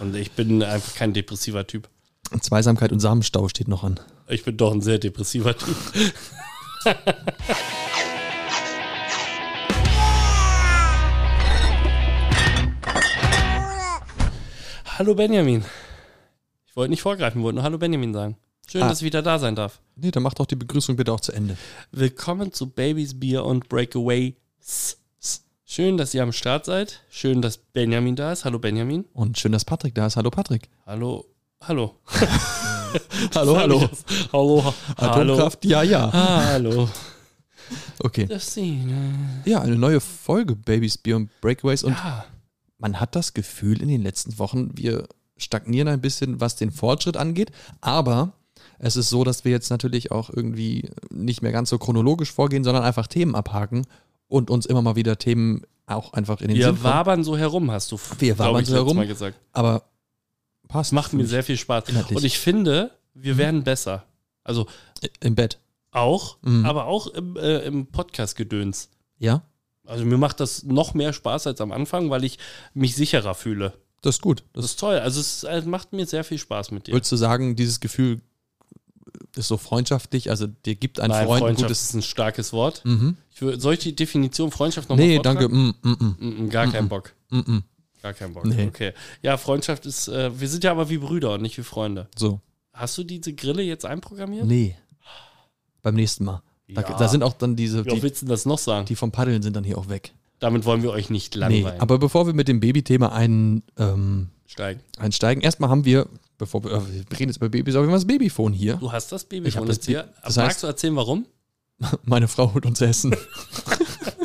Und ich bin einfach kein depressiver Typ. Zweisamkeit und Samenstau steht noch an. Ich bin doch ein sehr depressiver Typ. Hallo Benjamin. Ich wollte nicht vorgreifen, wollte nur Hallo Benjamin sagen. Schön, Ah. dass ich wieder da sein darf. Nee, dann mach doch die Begrüßung bitte auch zu Ende. Willkommen zu Babys Bier und Breakaways. Schön, dass ihr am Start seid. Schön, dass Benjamin da ist. Hallo Benjamin. Und schön, dass Patrick da ist. Hallo Patrick. Hallo. Hallo. Hallo, Sag ich jetzt. Hallo. ha- Hallo. Atomkraft, ja, ja. Hallo. Okay. Das ne? Szene. Ja, eine neue Folge Babys, Bier und Breakaways. Und Ja. man hat das Gefühl in den letzten Wochen, wir stagnieren ein bisschen, was den Fortschritt angeht. Aber es ist so, dass wir jetzt natürlich auch irgendwie nicht mehr ganz so chronologisch vorgehen, sondern einfach Themen abhaken und uns immer mal wieder Themen auch einfach in den Sinn Wir kommen. wabern so herum, hast du. f- Wir glaub wabern ich, so letztes herum. Mal gesagt. Hm. Aber passt. Macht mir Für sehr viel Spaß. Inhaltlich. Und ich finde, wir werden besser. Also mich. Im Bett. auch, Mhm. aber auch im, äh, im Podcast-Gedöns. Ja, Also mir macht das noch mehr Spaß als am Anfang, weil ich mich sicherer fühle. das ist gut. Das ist toll. Also es äh, macht mir sehr viel Spaß mit dir. Würdest du sagen, dieses Gefühl ist so freundschaftlich? Also dir gibt ein Nein, Freund ein Freundschaft gutes. ist ein starkes Wort. Mhm. Ich wür- soll ich die Definition Freundschaft nochmal Nee, danke. Mm, mm, Mm, mm, gar kein Bock. mm, mm, mm. Gar kein Bock. Nee. Okay. Ja, Freundschaft ist, äh, wir sind ja aber wie Brüder und nicht wie Freunde. So. Hast du diese Grille jetzt einprogrammiert? Nee. Beim nächsten Mal. Da, Ja. da sind auch dann diese, Wie oft die, willst du das noch sagen? die vom Paddeln sind dann hier auch weg. Damit wollen wir euch nicht Nee, langweilen. aber bevor wir mit dem Babythema ein, ähm, Steigen. einsteigen, erstmal haben wir, bevor wir, äh, wir reden jetzt bei Babys, aber wir haben das Babyphone hier. Du hast das Baby Ich hab von das jetzt hier. Baby- das Magst heißt- du erzählen, warum? Meine Frau holt uns Essen.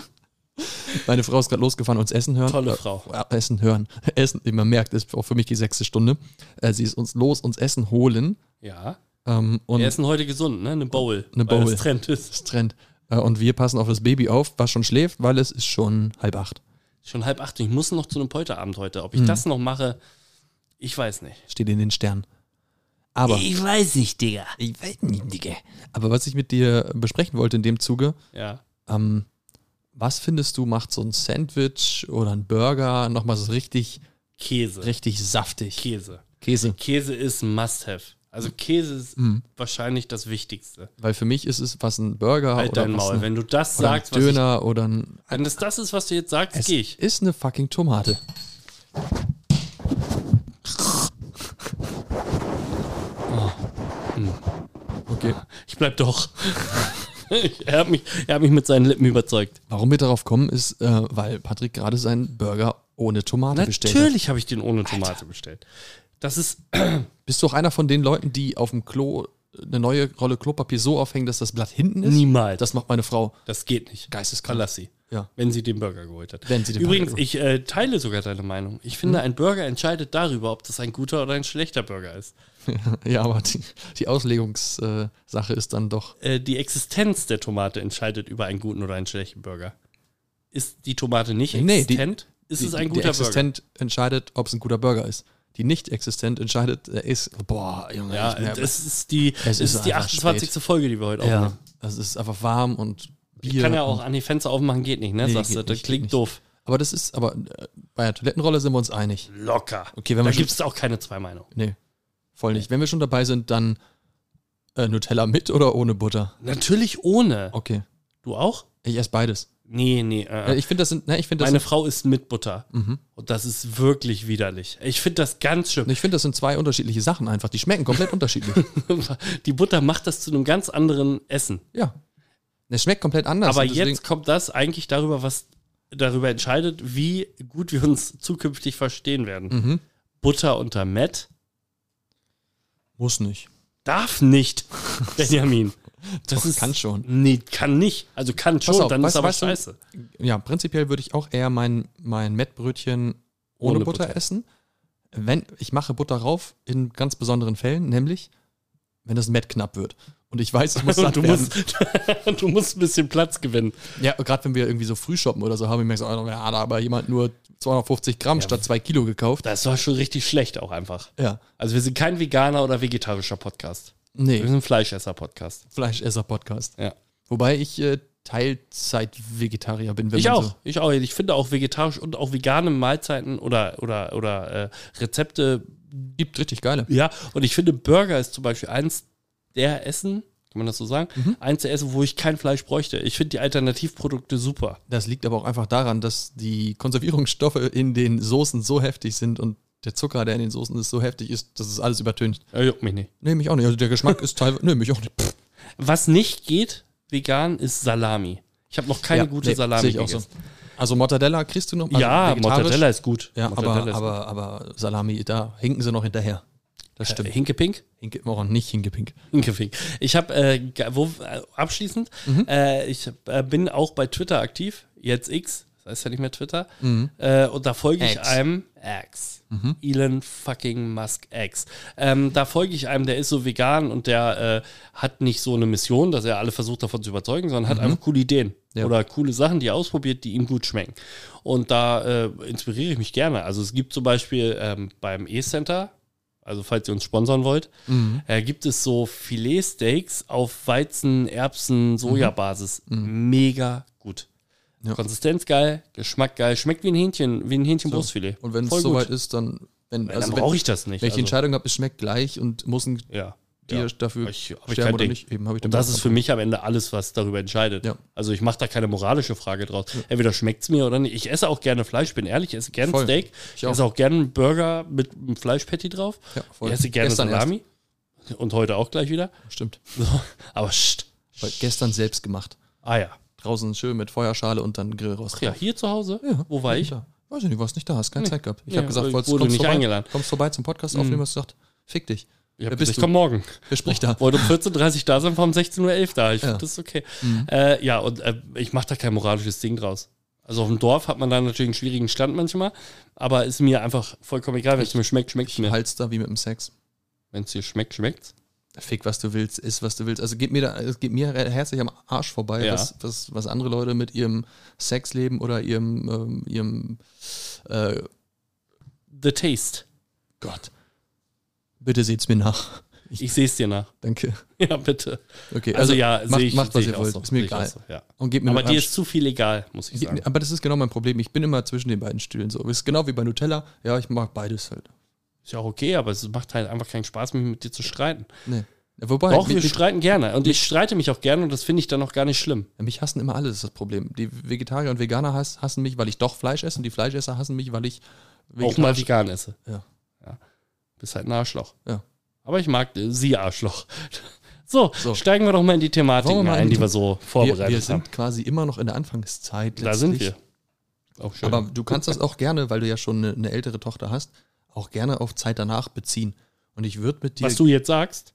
Meine Frau ist gerade losgefahren, uns Essen hören. Tolle Frau. Äh, Essen hören. Essen, wie man merkt, ist auch für mich die sechste Stunde. Äh, sie ist uns los, uns Essen holen. Ja. Ähm, und Wir essen heute gesund, ne? Eine Bowl. Eine Weil Bowl. das Trend ist. das Trend. Äh, und wir passen auf das Baby auf, was schon schläft, weil es ist schon halb acht. Schon halb acht. Ich muss noch zu einem Polterabend heute. Ob ich Hm. das noch mache, ich weiß nicht. Steht in den Sternen. Aber. Ich weiß nicht, Digga. Ich weiß nicht, Digga. Aber was ich mit dir besprechen wollte in dem Zuge, Ja. ähm, was findest du, macht so ein Sandwich oder ein Burger nochmal so richtig, Käse. richtig saftig? Käse. Käse. Käse ist ein Must-Have. Also Käse ist Hm. wahrscheinlich das Wichtigste. Weil für mich ist es, was ein Burger Halt oder dein was Maul. ein- Wenn du das oder sagst, ein was ich, Döner oder ein. wenn das das ist, was du jetzt sagst, Es gehe ich. ist eine fucking Tomate. Oh, hm. Okay. Ich bleib doch. er, hat mich, er hat mich mit seinen Lippen überzeugt. Warum wir darauf kommen, ist, äh, weil Patrick gerade seinen Burger ohne Tomate bestellt hat. Natürlich habe ich den ohne Tomate bestellt. Das ist, Bist du auch einer von den Leuten, die auf dem Klo eine neue Rolle Klopapier so aufhängen, dass das Blatt hinten ist? Niemals. Das macht meine Frau. das geht nicht. Geisteskrank. Verlass sie. Ja. Wenn sie den Hm? Burger geholt hat. Wenn sie den Übrigens, Burger ich äh, teile sogar deine Meinung. Ich finde, ein Burger entscheidet darüber, ob das ein guter oder ein schlechter Burger ist. ja, aber die, die Auslegungssache ist dann doch. Äh, die Existenz der Tomate entscheidet über einen guten oder einen schlechten Burger. Ist die Tomate nicht Nee, die- existent, ist es ein guter der Burger. existent entscheidet, ob es ein guter Burger ist. Die nicht existent entscheidet, er ist. Boah, Junge, Ja, ich merke- das ist die, Es das ist ist die einfach 28. Folge, die wir heute aufnehmen. ja, Also, es ist einfach warm und Bier. Ich kann ja auch und- an die Fenster aufmachen, geht nicht, ne? Nee, Sagst du, geht das nicht, klingt geht nicht. doof. Aber das ist, aber äh, bei der Toilettenrolle sind wir uns einig. Locker. Okay, wenn da wir schon- gibt es auch keine zwei Meinungen. Nee, voll nicht. Wenn wir schon dabei sind, dann äh, Nutella mit oder ohne Butter? Natürlich ohne. Okay. Du auch? Ich esse beides. Nee, nee. Ja, Äh. Ich finde, das sind, ne, ich finde, das, Meine sind, Frau isst mit Butter. Mhm. Und das ist wirklich widerlich. Ich finde das ganz schlimm. ich finde, das sind zwei unterschiedliche Sachen einfach. Die schmecken komplett unterschiedlich. Die Butter macht das zu einem ganz anderen Essen. Ja. Es schmeckt komplett anders. Aber und deswegen- jetzt kommt das eigentlich darüber, was darüber entscheidet, wie gut wir uns zukünftig verstehen werden. Mhm. Butter unter Matt Muss nicht. darf nicht, Benjamin. Das Doch, kann schon. Nee, kann nicht. Also kann schon, auf, dann ist weißt du, aber weißt du, scheiße. Ja, prinzipiell würde ich auch eher mein, mein Mettbrötchen ohne, Ohne Butter, Butter. essen. Wenn, ich mache Butter rauf in ganz besonderen Fällen, nämlich wenn das Mett knapp wird. Und ich weiß, ich muss Und satt du, werden. musst, du musst ein bisschen Platz gewinnen. Ja, gerade wenn wir irgendwie so früh shoppen oder so haben, ich merke so, oh, ja, da hat aber jemand nur 250 Gramm statt 2 Kilo gekauft. Das war schon richtig schlecht auch einfach. Ja, Also wir sind kein veganer oder vegetarischer Podcast. Wir nee, sind ein Fleischesser-Podcast. Fleischesser-Podcast. Mhm. Ja. Wobei ich äh, Teilzeit-Vegetarier bin. wenn Ich man auch, So. ich auch. Ich finde auch vegetarische und auch vegane Mahlzeiten oder, oder, oder äh, Rezepte, Gibt richtig geile. ja. Und ich finde, Burger ist zum Beispiel eins der Essen, kann man das so sagen, eins der Essen, wo ich kein Fleisch bräuchte. Ich finde die Alternativprodukte super. Das liegt aber auch einfach daran, dass die Konservierungsstoffe in den Soßen so heftig sind und der Zucker, der in den Soßen ist, so heftig ist, dass es alles übertönt. Ja, juckt mich nicht. Nee, Äh, mich auch nicht. Also der Geschmack ist teilweise. Nee, mich auch nicht. Pff, Was nicht geht, vegan, ist Salami. Ich habe noch keine ja, gute nee, Salami sehe ich auch so. gegessen. Also Mortadella kriegst du noch. Also ja, vegetarisch. Mortadella ist gut. Ja, Mortadella aber, ist gut. aber, aber Salami, da hinken sie noch hinterher. Das Äh, stimmt. Hinkepink? Hinke, auch nicht hinkepink. Hinkepink. Ich habe, äh, ge- wo, äh, abschließend, äh, ich äh, bin auch bei Twitter aktiv, jetzt X, das heißt ja nicht mehr Twitter, äh, und da folge ich X. einem X. Elon fucking Musk X. Ähm, da folge ich einem, der ist so vegan und der äh, hat nicht so eine Mission, dass er alle versucht davon zu überzeugen, sondern hat einfach coole Ideen Ja. oder coole Sachen, die er ausprobiert, die ihm gut schmecken. Und da äh, inspiriere ich mich gerne. Also es gibt zum Beispiel ähm, beim E-Center, also falls ihr uns sponsern wollt, Mhm. äh, gibt es so Filetsteaks auf Weizen, Erbsen, Sojabasis. Mega gut. Mhm. Ja. Konsistenz geil, Geschmack geil, schmeckt wie ein Hähnchen, wie ein Hähnchenbrustfilet. Und wenn es Voll soweit gut. ist, dann. Wenn, dann also wenn, brauche ich das nicht. wenn ich die Also, Entscheidung habe, es schmeckt gleich und muss ein ja. Tier ja. dafür Ich- hab ich kein sterben oder Ding. nicht, eben habe ich Und damit- das ist für mich am Ende alles, was darüber entscheidet. Ja. Also ich mache da keine moralische Frage draus. Entweder schmeckt es mir oder nicht. Ich esse auch gerne Fleisch, bin ehrlich, ich esse gerne Voll. Steak. Ich, Ich auch. esse auch gerne einen Burger mit einem Fleischpatty drauf. Ja, voll. ich esse gerne Gestern Salami. Und heute auch gleich wieder. Stimmt. So, aber scht. Weil gestern selbst gemacht. Ah ja. Draußen schön mit Feuerschale und dann Grillrost. Ja, drauf. hier zu Hause. Wo war ich? Da. Weiß ich nicht, du warst nicht da, hast keine Zeit gehabt. Ich Ja, habe gesagt, ich wolltest, wurde kommst, nicht vorbei, eingeladen. Mhm. kommst vorbei zum Podcast aufnehmen, hast gesagt, fick dich. Ich hab Wer bist gesagt, ich du? komm morgen. Wer spricht da? Wollte um 14.30 Uhr da sein, war um 16.11 Uhr da. Ich Ja. finde das ist okay. Mhm. Äh, ja, und äh, ich mache da kein moralisches Ding draus. Also auf dem Dorf hat man da natürlich einen schwierigen Stand manchmal, aber ist mir einfach vollkommen egal, wenn es mir schmeckt, schmeckt es mir. Halt's da wie mit dem Sex. Wenn es dir schmeckt, schmeckt's. Fick, was du willst, ist, was du willst. Also geht mir da, es geht mir herzlich am Arsch vorbei, Ja. was, was, was andere Leute mit ihrem Sexleben oder ihrem, ähm, ihrem äh, The taste. Gott. Bitte seht's mir nach. Ich sehe es dir nach. Danke. Ja, bitte. Okay, Also, ja, macht, sehe ich. macht was seh ich ihr auch wollt. so. Ist mir Seh ich auch egal. So, ja. Und gebt mir Aber mit dir am ist zu viel egal, muss ich Geht sagen. mir- Aber das ist genau mein Problem. Ich bin immer zwischen den beiden Stühlen so. Ist genau wie bei Nutella. Ja, ich mag beides halt. Ist ja auch okay, aber es macht halt einfach keinen Spaß, mich mit dir zu streiten. Nee. Wobei, Doch, mi- wir mi- streiten gerne. Und ich streite mich auch gerne und das finde ich dann auch gar nicht schlimm. mich hassen immer alle, das ist das Problem. Die Vegetarier und Veganer hass, hassen mich, weil ich doch Fleisch esse und die Fleischesser hassen mich, weil ich Auch mal vegetarisch- vegan esse. Ja. ja. Bist halt ein Arschloch. Ja. Aber ich mag äh, sie Arschloch. So, So. steigen wir doch mal in die Wollen Thematiken wir mal ein, in die die- wir so wir, vorbereitet wir sind haben. quasi immer noch in der Anfangszeit. Da sind wir. letztlich. Auch schön. Aber du kannst das auch gerne, weil du ja schon eine, eine ältere Tochter hast, auch gerne auf Zeit danach beziehen. Und ich würde mit dir. was du jetzt sagst,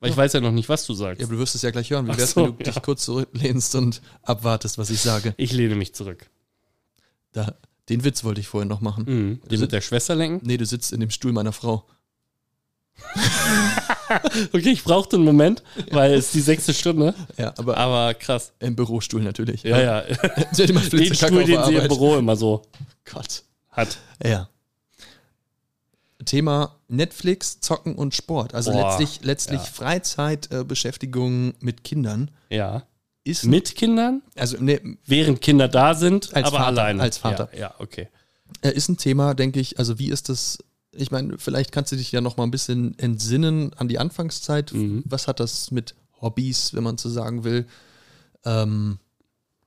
weil ich Ja. weiß ja noch nicht, was du sagst. ja, aber du wirst es ja gleich hören. Wie Ach wär's, so, wenn du ja. dich kurz zurücklehnst und abwartest, was ich sage? Ich lehne mich zurück. Da, den Witz wollte ich vorhin noch machen. Mhm. Den sind- mit der Schwester lenken? Nee, du sitzt in dem Stuhl meiner Frau. Okay, ich brauchte einen Moment, weil es die sechste Stunde. Ja, aber Aber krass. im Bürostuhl natürlich. Ah. Ja, ja. Sie hat immer Flitze Den Stuhl, den sie im Büro immer so Gott. hat. Ja. Thema Netflix, Zocken und Sport. Also Boah, letztlich, letztlich ja. Freizeitbeschäftigung mit Kindern Ja. ist. Mit Kindern? Also, nee, Während Kinder da sind, Als aber Vater, alleine. als Vater. Ja, ja okay. äh, ist ein Thema, denke ich. Also, wie ist das? Ich meine, vielleicht kannst du dich ja noch mal ein bisschen entsinnen an die Anfangszeit. Mhm. Was hat das mit Hobbys, wenn man so sagen will, ähm,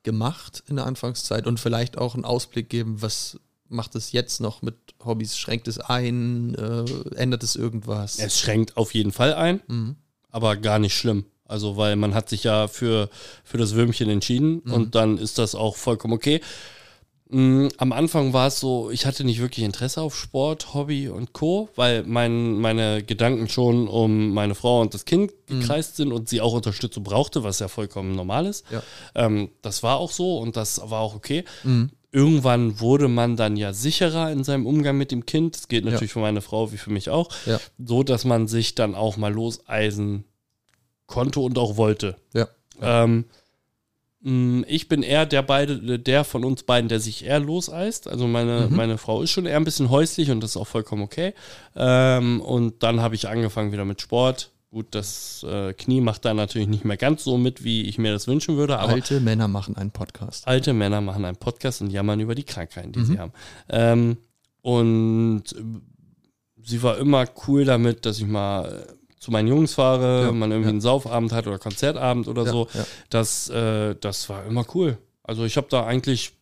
gemacht in der Anfangszeit? Und vielleicht auch einen Ausblick geben, was macht es jetzt noch mit Hobbys? Schränkt es ein? Äh, ändert es irgendwas? Es schränkt auf jeden Fall ein, Mhm. aber gar nicht schlimm. Also, weil man hat sich ja für, für das Würmchen entschieden Mhm. und dann ist das auch vollkommen okay. Mm, Am Anfang war es so, ich hatte nicht wirklich Interesse auf Sport, Hobby und Co., weil mein, meine Gedanken schon um meine Frau und das Kind Mhm. gekreist sind und sie auch Unterstützung brauchte, was ja vollkommen normal ist. Ja. Ähm, das war auch so und das war auch okay. Mhm. Irgendwann wurde man dann ja sicherer in seinem Umgang mit dem Kind. Das gilt natürlich für meine Frau wie für mich auch. Ja. So, dass man sich dann auch mal loseisen konnte und auch wollte. Ja. Ähm, mh, ich bin eher der beide, der von uns beiden, der sich eher loseist. Also meine, Mhm. meine Frau ist schon eher ein bisschen häuslich und das ist auch vollkommen okay. Ähm, und dann habe ich angefangen wieder mit Sport. Gut, das äh, Knie macht da natürlich nicht mehr ganz so mit, wie ich mir das wünschen würde, aber Alte Männer machen einen Podcast. Mhm. alte Männer machen einen Podcast und jammern über die Krankheiten, die sie haben. Ähm, und äh, sie war immer cool damit, dass ich mal äh, zu meinen Jungs fahre, Ja, man irgendwie ja. einen Saufabend hat oder Konzertabend oder Ja, so. ja. Das, äh, das war immer cool. Also ich habe da eigentlich,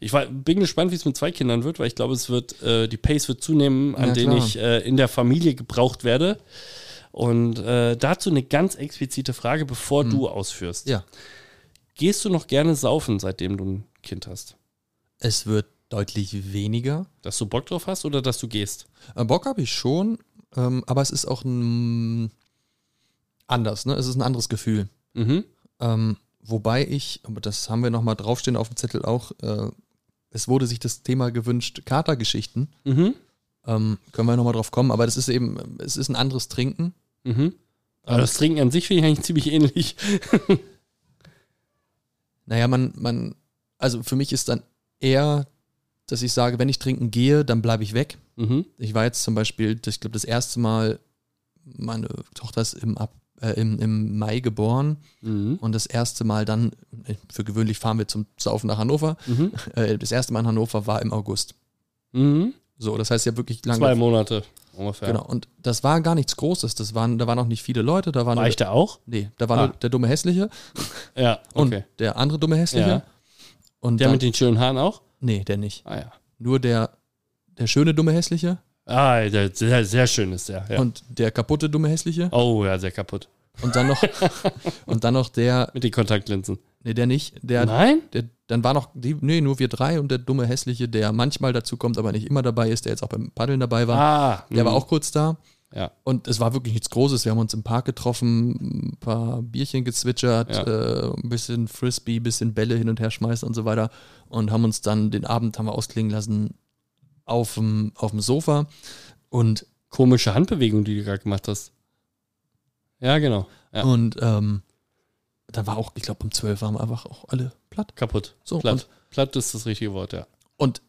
ich war, bin gespannt, wie es mit zwei Kindern wird, weil ich glaube, es wird, äh, die Pace wird zunehmen, an Ja, denen klar. ich äh, in der Familie gebraucht werde. Und äh, dazu eine ganz explizite Frage, bevor du ausführst. Hm. Ja. Gehst du noch gerne saufen, seitdem du ein Kind hast? Es wird deutlich weniger. Dass du Bock drauf hast oder dass du gehst? Äh, Bock habe ich schon, ähm, aber es ist auch ein, anders, ne? Es ist ein anderes Gefühl. Mhm. Ähm, wobei ich, aber das haben wir nochmal draufstehen auf dem Zettel auch, äh, es wurde sich das Thema gewünscht, Katergeschichten. Mhm. Ähm, können wir nochmal drauf kommen, aber das ist eben, äh, es ist ein anderes Trinken. Mhm. Aber das Trinken an sich finde ich eigentlich ziemlich ähnlich. Naja, man, man, also für mich ist dann eher, dass ich sage, wenn ich trinken gehe, dann bleibe ich weg. Mhm. Ich war jetzt zum Beispiel, das- ich glaube, das erste Mal, meine Tochter ist im, Ab, äh, im, im Mai geboren Mhm. und das erste Mal dann, äh, für gewöhnlich fahren wir zum Saufen nach Hannover, Mhm. äh, das erste Mal in Hannover war im August. Mhm. So, das heißt ja wirklich lange. Zwei Monate ungefähr. Genau, und das war gar nichts Großes. Das waren, da waren auch nicht viele Leute, da war, War nur, ich da auch? nee, da war Ah. nur der dumme Hässliche Ja, und okay. der andere dumme Hässliche. Ja. Und Der dann, mit den schönen Haaren auch? nee, der nicht. Ah ja. Nur der, der schöne dumme Hässliche Ah, der, sehr, sehr schön ist der. Ja. und der kaputte dumme Hässliche Oh ja, sehr kaputt. und dann noch und dann noch der, Mit den Kontaktlinsen. nee, der nicht, der, Nein? der dann war noch die, nee, nur wir drei und der dumme Hässliche, der manchmal dazu kommt, aber nicht immer dabei ist, der jetzt auch beim Paddeln dabei war. Ah. Der war mhm. auch kurz da. Ja. Und es war wirklich nichts Großes. Wir haben uns im Park getroffen, ein paar Bierchen gezwitschert, äh, ein bisschen Frisbee, ein bisschen Bälle hin und her schmeißen und so weiter. Und haben uns dann den Abend haben wir ausklingen lassen auf dem, auf dem Sofa. Und, Komische Handbewegung, die du gerade gemacht hast. Ja, genau. Ja. und ähm, dann war auch, ich glaube, um 12 waren wir einfach auch alle platt. Kaputt. So, Platt. und- Platt ist das richtige Wort, ja. Und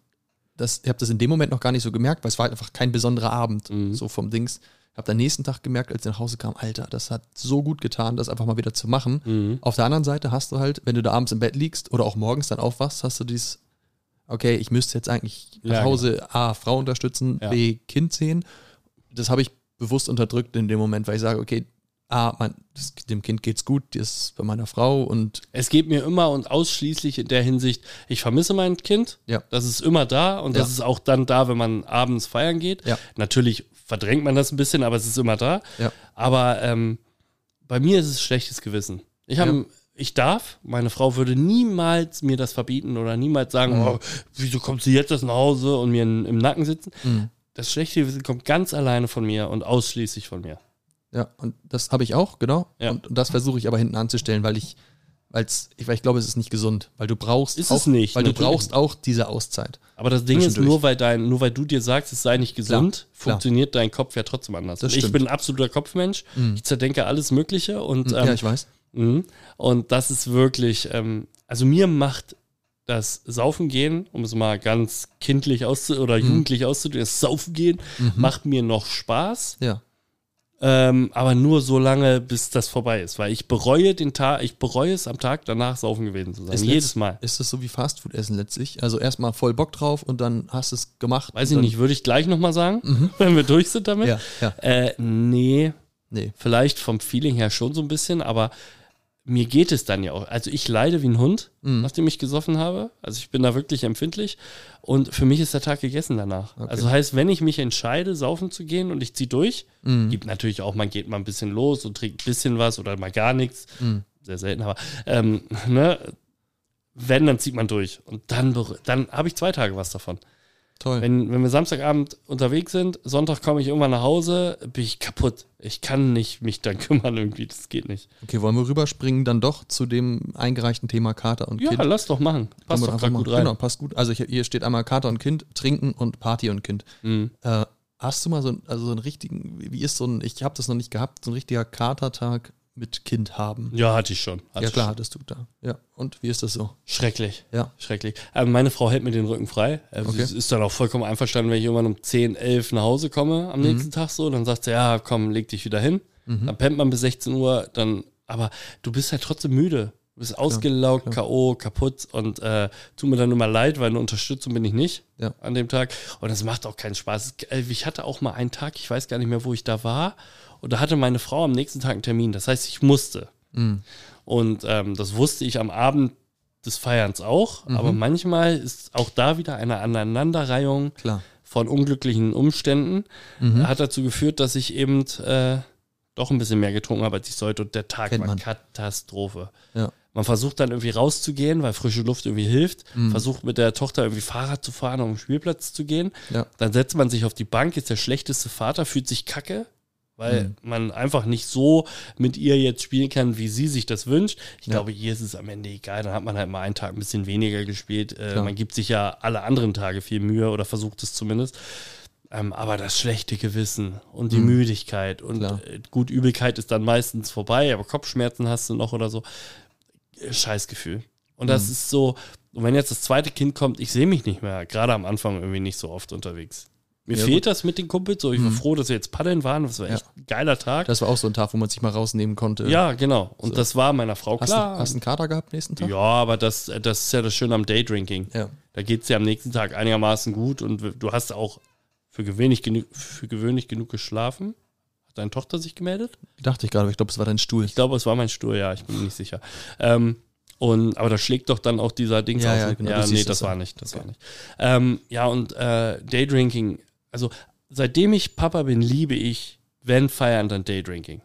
das, ich habe das in dem Moment noch gar nicht so gemerkt, weil es war halt einfach kein besonderer Abend, Mhm. so vom Dings. Ich habe am nächsten Tag gemerkt, als ich nach Hause kam, Alter, das hat so gut getan, das einfach mal wieder zu machen. Mhm. Auf der anderen Seite hast du halt, wenn du da abends im Bett liegst oder auch morgens dann aufwachst, hast du dieses, okay, ich müsste jetzt eigentlich nach Ja, Hause A, Frau unterstützen, Ja. B, Kind sehen. Das habe ich bewusst unterdrückt in dem Moment, weil ich sage, okay, A, mein, das, dem Kind geht's gut, das ist bei meiner Frau und Es geht mir immer und ausschließlich in der Hinsicht, ich vermisse mein Kind. Ja. Das ist immer da und das Ja. ist auch dann da, wenn man abends feiern geht. Ja. Natürlich verdrängt man das ein bisschen, aber es ist immer da. Ja. Aber ähm, bei mir ist es schlechtes Gewissen. Ich habe. Ja. Ich darf, meine Frau würde niemals mir das verbieten oder niemals sagen, Mhm. oh, wieso kommst du jetzt erst nach Hause und mir in, im Nacken sitzen. Das schlechte Gewissen kommt ganz alleine von mir und ausschließlich von mir. Ja, und das habe ich auch, genau. Ja. Und, und das versuche ich aber hinten anzustellen, weil ich, weil's, ich, weil ich glaube, es ist nicht gesund, weil du brauchst Ist auch, es nicht, weil du natürlich. brauchst auch diese Auszeit. Aber das Ding ist, Zwischendurch. nur weil, dein, nur weil du dir sagst, es sei nicht gesund, klar. funktioniert dein Kopf ja trotzdem anders. Das Und ich stimmt. Mhm. bin ein absoluter Kopfmensch. Ich zerdenke alles Mögliche und, ähm, ja, ich weiß. mh. und das ist wirklich, ähm, also mir macht das Saufen gehen, um es mal ganz kindlich auszu oder jugendlich auszudrücken, das Saufen gehen macht mir noch Spaß. Ja. Ähm, aber nur so lange, bis das vorbei ist, weil ich bereue den Tag, ich bereue es am Tag danach saufen gewesen zu sein. Ist Jedes letzt- Mal. Ist das so wie Fastfood-Essen letztlich? Also erstmal voll Bock drauf und dann hast du es gemacht. Weiß und ich dann, nicht, würde ich gleich nochmal sagen, wenn wir durch sind damit. Ja, ja. Mhm. Äh, nee, Nee. vielleicht vom Feeling her schon so ein bisschen, aber mir geht es dann ja auch. Also ich leide wie ein Hund, nachdem ich gesoffen habe. Also ich bin da wirklich empfindlich. Und für mich ist der Tag gegessen danach. Also heißt, wenn ich mich entscheide, saufen zu gehen und ich ziehe durch, gibt natürlich auch, man geht mal ein bisschen los und trinkt ein bisschen was oder mal gar nichts. Hm. Sehr selten, aber ähm, ne? wenn, dann zieht man durch. Und dann, berü- dann habe ich zwei Tage was davon. Toll. Wenn, wenn wir Samstagabend unterwegs sind, Sonntag komme ich irgendwann nach Hause, bin ich kaputt. Ich kann nicht mich dann kümmern irgendwie, das geht nicht. okay, wollen wir rüberspringen dann doch zu dem eingereichten Thema Kater und Ja, Kind? lass doch machen. Können Passt wir doch einfach gerade mal- gut rein. Genau, passt gut. Also hier- hier steht einmal Kater und Kind, Trinken und Party und Kind. Mhm. Äh, hast du mal so, ein, also so einen richtigen, wie wie ist so ein, ich habe das noch nicht gehabt, so ein richtiger Katertag mit Kind haben? Ja, hatte ich schon. Hatte ja, ich klar, hattest du da. Ja, und wie ist das so? Schon. Schrecklich. Ja. Schrecklich. Aber meine Frau hält mir den Rücken frei. Äh, Okay. Sie ist dann auch vollkommen Mhm. einverstanden, wenn ich irgendwann um 10, 11 nach Hause komme am nächsten Tag so. Dann sagt sie, ja, komm, leg dich wieder hin. Dann pennt man bis 16 Uhr, dann, aber du bist halt trotzdem müde. Du bist ausgelaugt, K.O., kaputt und äh, tut mir dann immer leid, weil eine Unterstützung bin ich nicht Ja. an dem Tag. Und das macht auch keinen Spaß. Es- äh, Ich hatte auch mal einen Tag, ich weiß gar nicht mehr, wo ich da war. Und da hatte meine Frau am nächsten Tag einen Termin. Das heißt, ich musste. Mhm. Und ähm, das wusste ich am Abend des Feierns auch. Mhm. Aber manchmal ist auch da wieder eine Aneinanderreihung Klar. Mhm. von unglücklichen Umständen. Hat dazu geführt, dass ich eben äh, doch ein bisschen mehr getrunken habe, als ich sollte. Und der Tag Kennt war man. Katastrophe. Ja. Man versucht dann irgendwie rauszugehen, weil frische Luft irgendwie hilft. Mhm. Versucht mit der Tochter irgendwie Fahrrad zu fahren, um den Spielplatz zu gehen. Ja. Dann setzt man sich auf die Bank, ist der schlechteste Vater, fühlt sich kacke, weil Mhm. man einfach nicht so mit ihr jetzt spielen kann, wie sie sich das wünscht. Ich Ja. glaube, ihr ist es am Ende egal. Dann hat man halt mal einen Tag ein bisschen weniger gespielt. Äh, Klar. man gibt sich ja alle anderen Tage viel Mühe oder versucht es zumindest. Ähm, aber das schlechte Gewissen und die Müdigkeit und Mhm. Klar. äh, gut, Übelkeit ist dann meistens vorbei, aber Kopfschmerzen hast du noch oder so. Äh, Scheißgefühl. Und das Mhm. ist so, und wenn jetzt das zweite Kind kommt, ich sehe mich nicht mehr, gerade am Anfang irgendwie nicht so oft unterwegs. Mir Ja, Mhm. fehlt das mit den Kumpels so. Ich war froh, dass wir jetzt paddeln waren. Das war echt Ja. ein geiler Tag. Das war auch so ein Tag, wo man sich mal rausnehmen konnte. ja, genau. Und das war meiner Frau Hast, klar. Du, hast du einen Kater gehabt nächsten Tag? ja, aber das, äh, das ist ja das Schöne am Daydrinking. Ja. Da geht es ja am nächsten Tag einigermaßen gut und w- du hast auch für gewöhnlich, genü- für gewöhnlich genug geschlafen. Hat deine Tochter sich gemeldet? Dachte ich gerade, aber ich glaube, es war dein Stuhl. Ich glaube, es war mein Stuhl, ja, ich bin mir nicht sicher. Ähm, und, aber da schlägt doch dann auch dieser Dings Ja, aus. ja, mit- genau, ja du nee, siehst das das war an. nicht, das Okay. war nicht. Ähm, ja, und äh, Daydrinking, also seitdem ich Papa bin, liebe ich, wenn feiern, dann Daydrinking.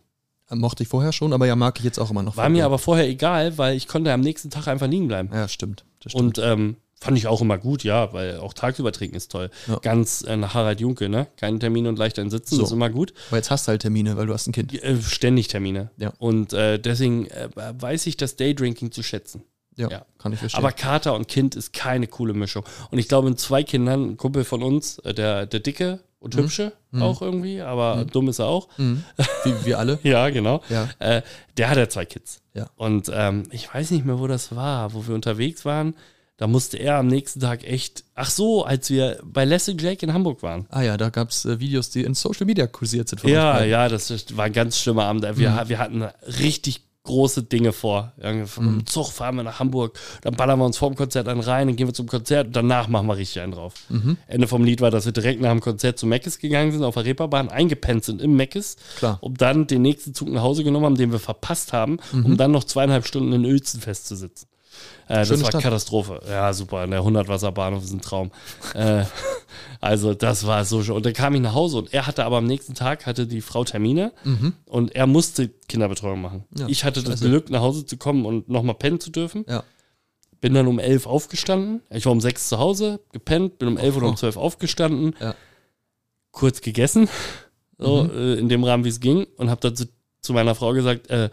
Mochte ich vorher schon, aber ja, mag ich jetzt auch immer noch. War mir aber vorher egal, weil ich konnte am nächsten Tag einfach liegen bleiben. Ja, stimmt. Das Und stimmt. ähm, fand ich auch immer gut, ja, weil auch tagsüber trinken ist toll. Ja. Ganz äh, nach Harald Junke, ne? Keinen Termin und leicht ein Sitzen, So. ist immer gut. aber jetzt hast du halt Termine, weil du hast ein Kind. Äh, ständig Termine. Ja. Und äh, deswegen äh, weiß ich das Daydrinking zu schätzen. Ja, Ja. kann ich verstehen. Aber Kater und Kind ist keine coole Mischung. Und ich glaube, mit zwei Kindern, ein Kumpel von uns, äh, der, der Dicke und Hübsche auch irgendwie, aber dumm ist er auch. Mhm. Wie wir alle. Ja, genau. Ja. Äh, der hat ja zwei Kids. Ja. Und ähm, ich weiß nicht mehr, wo das war, wo wir unterwegs waren. Da musste er am nächsten Tag echt. Ach so, als wir bei Leslie Jake in Hamburg waren. Ah ja, da gab es äh, Videos, die in Social Media kursiert sind von euch Ja, beiden. ja, das ist- war ein ganz schlimmer Abend. Wir, wir hatten richtig große Dinge vor. Irgendwie Vom Zug fahren wir nach Hamburg, dann ballern wir uns vorm Konzert einen rein, dann gehen wir zum Konzert und danach machen wir richtig einen drauf. Ende vom Lied war, dass wir direkt nach dem Konzert zu Meckes gegangen sind, auf der Reeperbahn, eingepennt sind im Meckes, Klar. um dann den nächsten Zug nach Hause genommen haben, den wir verpasst haben, um dann noch zweieinhalb Stunden in Uelzen festzusitzen. Äh, das Schöne war Stadt. Katastrophe. Ja, super. In der 100-Wasser-Bahnhof ist ein Traum. äh, also, das war so schön. Und dann kam ich nach Hause und er hatte aber am nächsten Tag hatte die Frau Termine Mhm. und er musste Kinderbetreuung machen. Ja, ich hatte das scheiße. Glück, nach Hause zu kommen und nochmal pennen zu dürfen. Ja. Bin dann um 11 aufgestanden. Ich war um 6 zu Hause, gepennt, bin um 11 oder um 12 aufgestanden, Oh. Ja. Mhm. kurz gegessen, so äh, in dem Rahmen, wie es ging, und habe dazu zu meiner Frau gesagt: äh,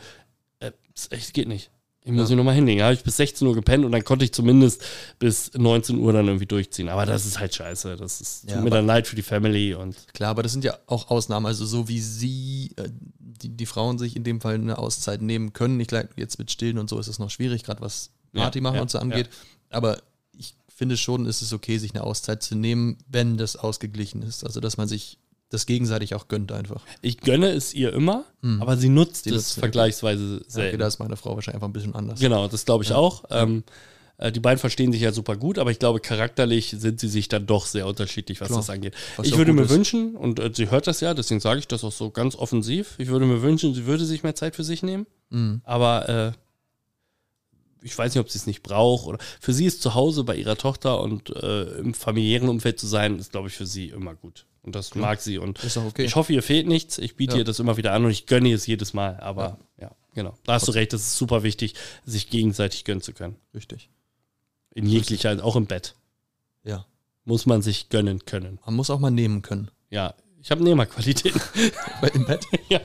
äh, Es geht nicht. Ich muss mich nochmal hinlegen. Da habe ich bis 16 Uhr gepennt und dann konnte ich zumindest bis 19 Uhr dann irgendwie durchziehen. Aber das ist halt scheiße. Das ist, tut Ja, mir aber- dann leid für die Family und Klar, aber das sind ja auch Ausnahmen. Also so wie sie, äh, die, die Frauen sich in dem Fall eine Auszeit nehmen können. Ich glaube, jetzt mit Stillen und so ist es noch schwierig, gerade was Ja, Party machen ja, und so angeht. Aber ich finde schon, ist es okay, sich eine Auszeit zu nehmen, wenn das ausgeglichen ist. Also dass man sich das gegenseitig auch gönnt einfach. Ich gönne es ihr immer, Mhm. aber sie nutzt Sie es nutzt es vergleichsweise Okay, selten. da ist meine Frau wahrscheinlich einfach ein bisschen anders. genau, das glaube ich auch. Ähm, äh, die beiden verstehen sich ja super gut, aber ich glaube, charakterlich sind sie sich dann doch sehr unterschiedlich, was Klar. das angeht. Was ich auch würde gut mir ist. wünschen, und äh, sie hört das ja, deswegen sage ich das auch so ganz offensiv, ich würde mir wünschen, sie würde sich mehr Zeit für sich nehmen, Mhm. aber äh, ich weiß nicht, ob sie es nicht braucht. Oder für sie ist zu Hause bei ihrer Tochter und äh, im familiären Umfeld zu sein, ist, glaube ich, für sie immer gut. Und das mag sie und Ist auch okay. ich hoffe, ihr fehlt nichts. Ich biete Ja. ihr das immer wieder an und ich gönne ihr es jedes Mal. Aber ja, genau. Da hast du recht, das ist super wichtig, sich gegenseitig gönnen zu können. Richtig. In jeglicher, auch im Bett. Ja. Muss man sich gönnen können. Man muss auch mal nehmen können. Ja, ich habe Nehmerqualitäten. Bei, Im Bett? ja.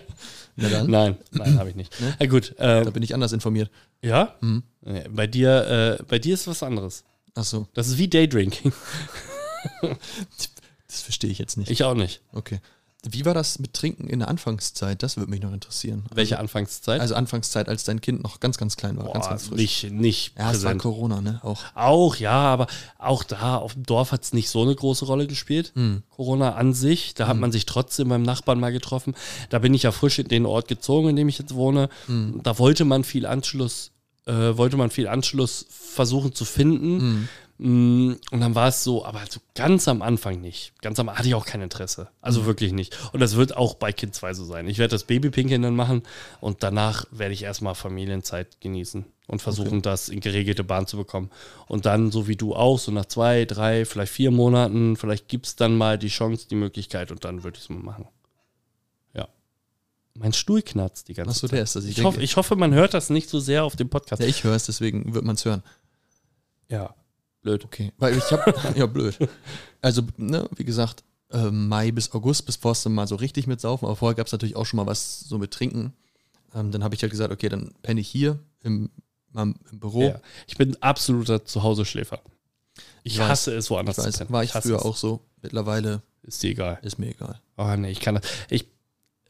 Na dann, Nein, nein, habe ich nicht. Ne? Na gut, äh, da bin ich anders informiert. ja. Mhm. Nee, Bei dir, äh, bei dir ist was anderes. Ach so, Das ist wie Daydrinking. das verstehe ich jetzt nicht. Ich auch nicht. Okay. Wie war das mit Trinken in der Anfangszeit? Das würde mich noch interessieren. Welche Anfangszeit? Also Anfangszeit, als dein Kind noch ganz, ganz klein war, ganz, Boah, ganz frisch. Nicht, nicht ja, es war präsent. Corona, ne? Auch. Auch, ja, aber auch da auf dem Dorf hat es nicht so eine große Rolle gespielt. Corona an sich, da hat man sich trotzdem beim Nachbarn mal getroffen. Da bin ich ja frisch in den Ort gezogen, in dem ich jetzt wohne. Da wollte man viel Anschluss, äh, wollte man viel Anschluss versuchen zu finden. Mhm. Mm, Und dann war es so, aber so ganz am Anfang nicht. Ganz am hatte ich auch kein Interesse. Also wirklich nicht. Und das wird auch bei Kind 2 so sein. Ich werde das Babypinkeln dann machen und danach werde ich erstmal Familienzeit genießen und versuchen, das in geregelte Bahn zu bekommen. Und dann, so wie du auch, so nach zwei, drei, vielleicht vier Monaten, vielleicht gibt es dann mal die Chance, die Möglichkeit und dann würde ich es mal machen. Ja. Mein Stuhl knarzt die ganze Achso, Zeit. der ist das. Ich, Ich hoffe, denke- ich hoffe, man hört das nicht so sehr auf dem Podcast. ja, ich höre es, deswegen wird man es hören. ja. Blöd. Okay. Weil ich habe, ja blöd. Also, ne, wie gesagt, äh, Mai bis August, bis es dann mal so richtig mit Saufen, aber vorher gab es natürlich auch schon mal was so mit Trinken. Ähm, dann habe ich halt gesagt, okay, dann penne ich hier im, am- im Büro. Ja. Ich bin ein absoluter Zuhause-Schläfer. Ich, Ich weiß. hasse es, Ich woanders zu weiß, pennen. war ich hasse früher es. auch so. Mittlerweile Ist dir egal. ist mir egal. Oh nee, ich kann das. Ich,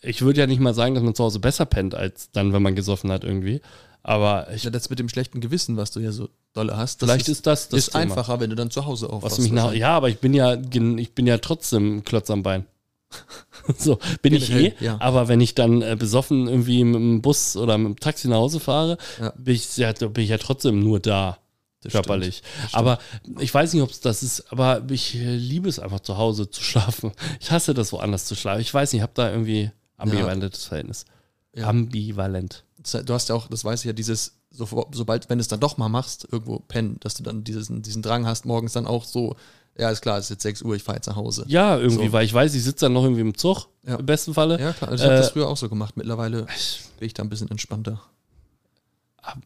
ich würde ja nicht mal sagen, dass man zu Hause besser pennt, als dann, wenn man gesoffen hat irgendwie. Aber ich, Ja, das mit dem schlechten Gewissen, was du ja so dolle hast, das vielleicht ist, ist das das ist Thema, einfacher, wenn du dann zu Hause aufwachst. Also, Was mich nach, wahrscheinlich. ja, aber ich bin ja, gen- ich bin ja trotzdem ein Klotz am Bein. so, bin ich eh. Generell, ja. Aber wenn ich dann äh, besoffen irgendwie mit dem Bus oder mit dem Taxi nach Hause fahre, Ja. bin, ich, ja- bin ich ja trotzdem nur da. Das stimmt. körperlich. stimmt. Aber ich weiß nicht, ob es das ist, aber ich äh, liebe es einfach zu Hause zu schlafen. Ich hasse das woanders zu schlafen. Ich weiß nicht, ich habe da irgendwie ambivalentes Verhältnis. Ja. Ambivalent. Du hast ja auch, das weiß ich ja, dieses, so, sobald, wenn du es dann doch mal machst, irgendwo pennen, dass du dann diesen, diesen Drang hast, morgens dann auch so, ja, ist klar, es ist jetzt 6 Uhr, ich fahre jetzt nach Hause. Ja, irgendwie, So. weil ich weiß, ich sitze dann noch irgendwie im Zug, Ja. im besten Falle. Ja, klar. Also ich habe Äh, das früher auch so gemacht. Mittlerweile bin ich da ein bisschen entspannter.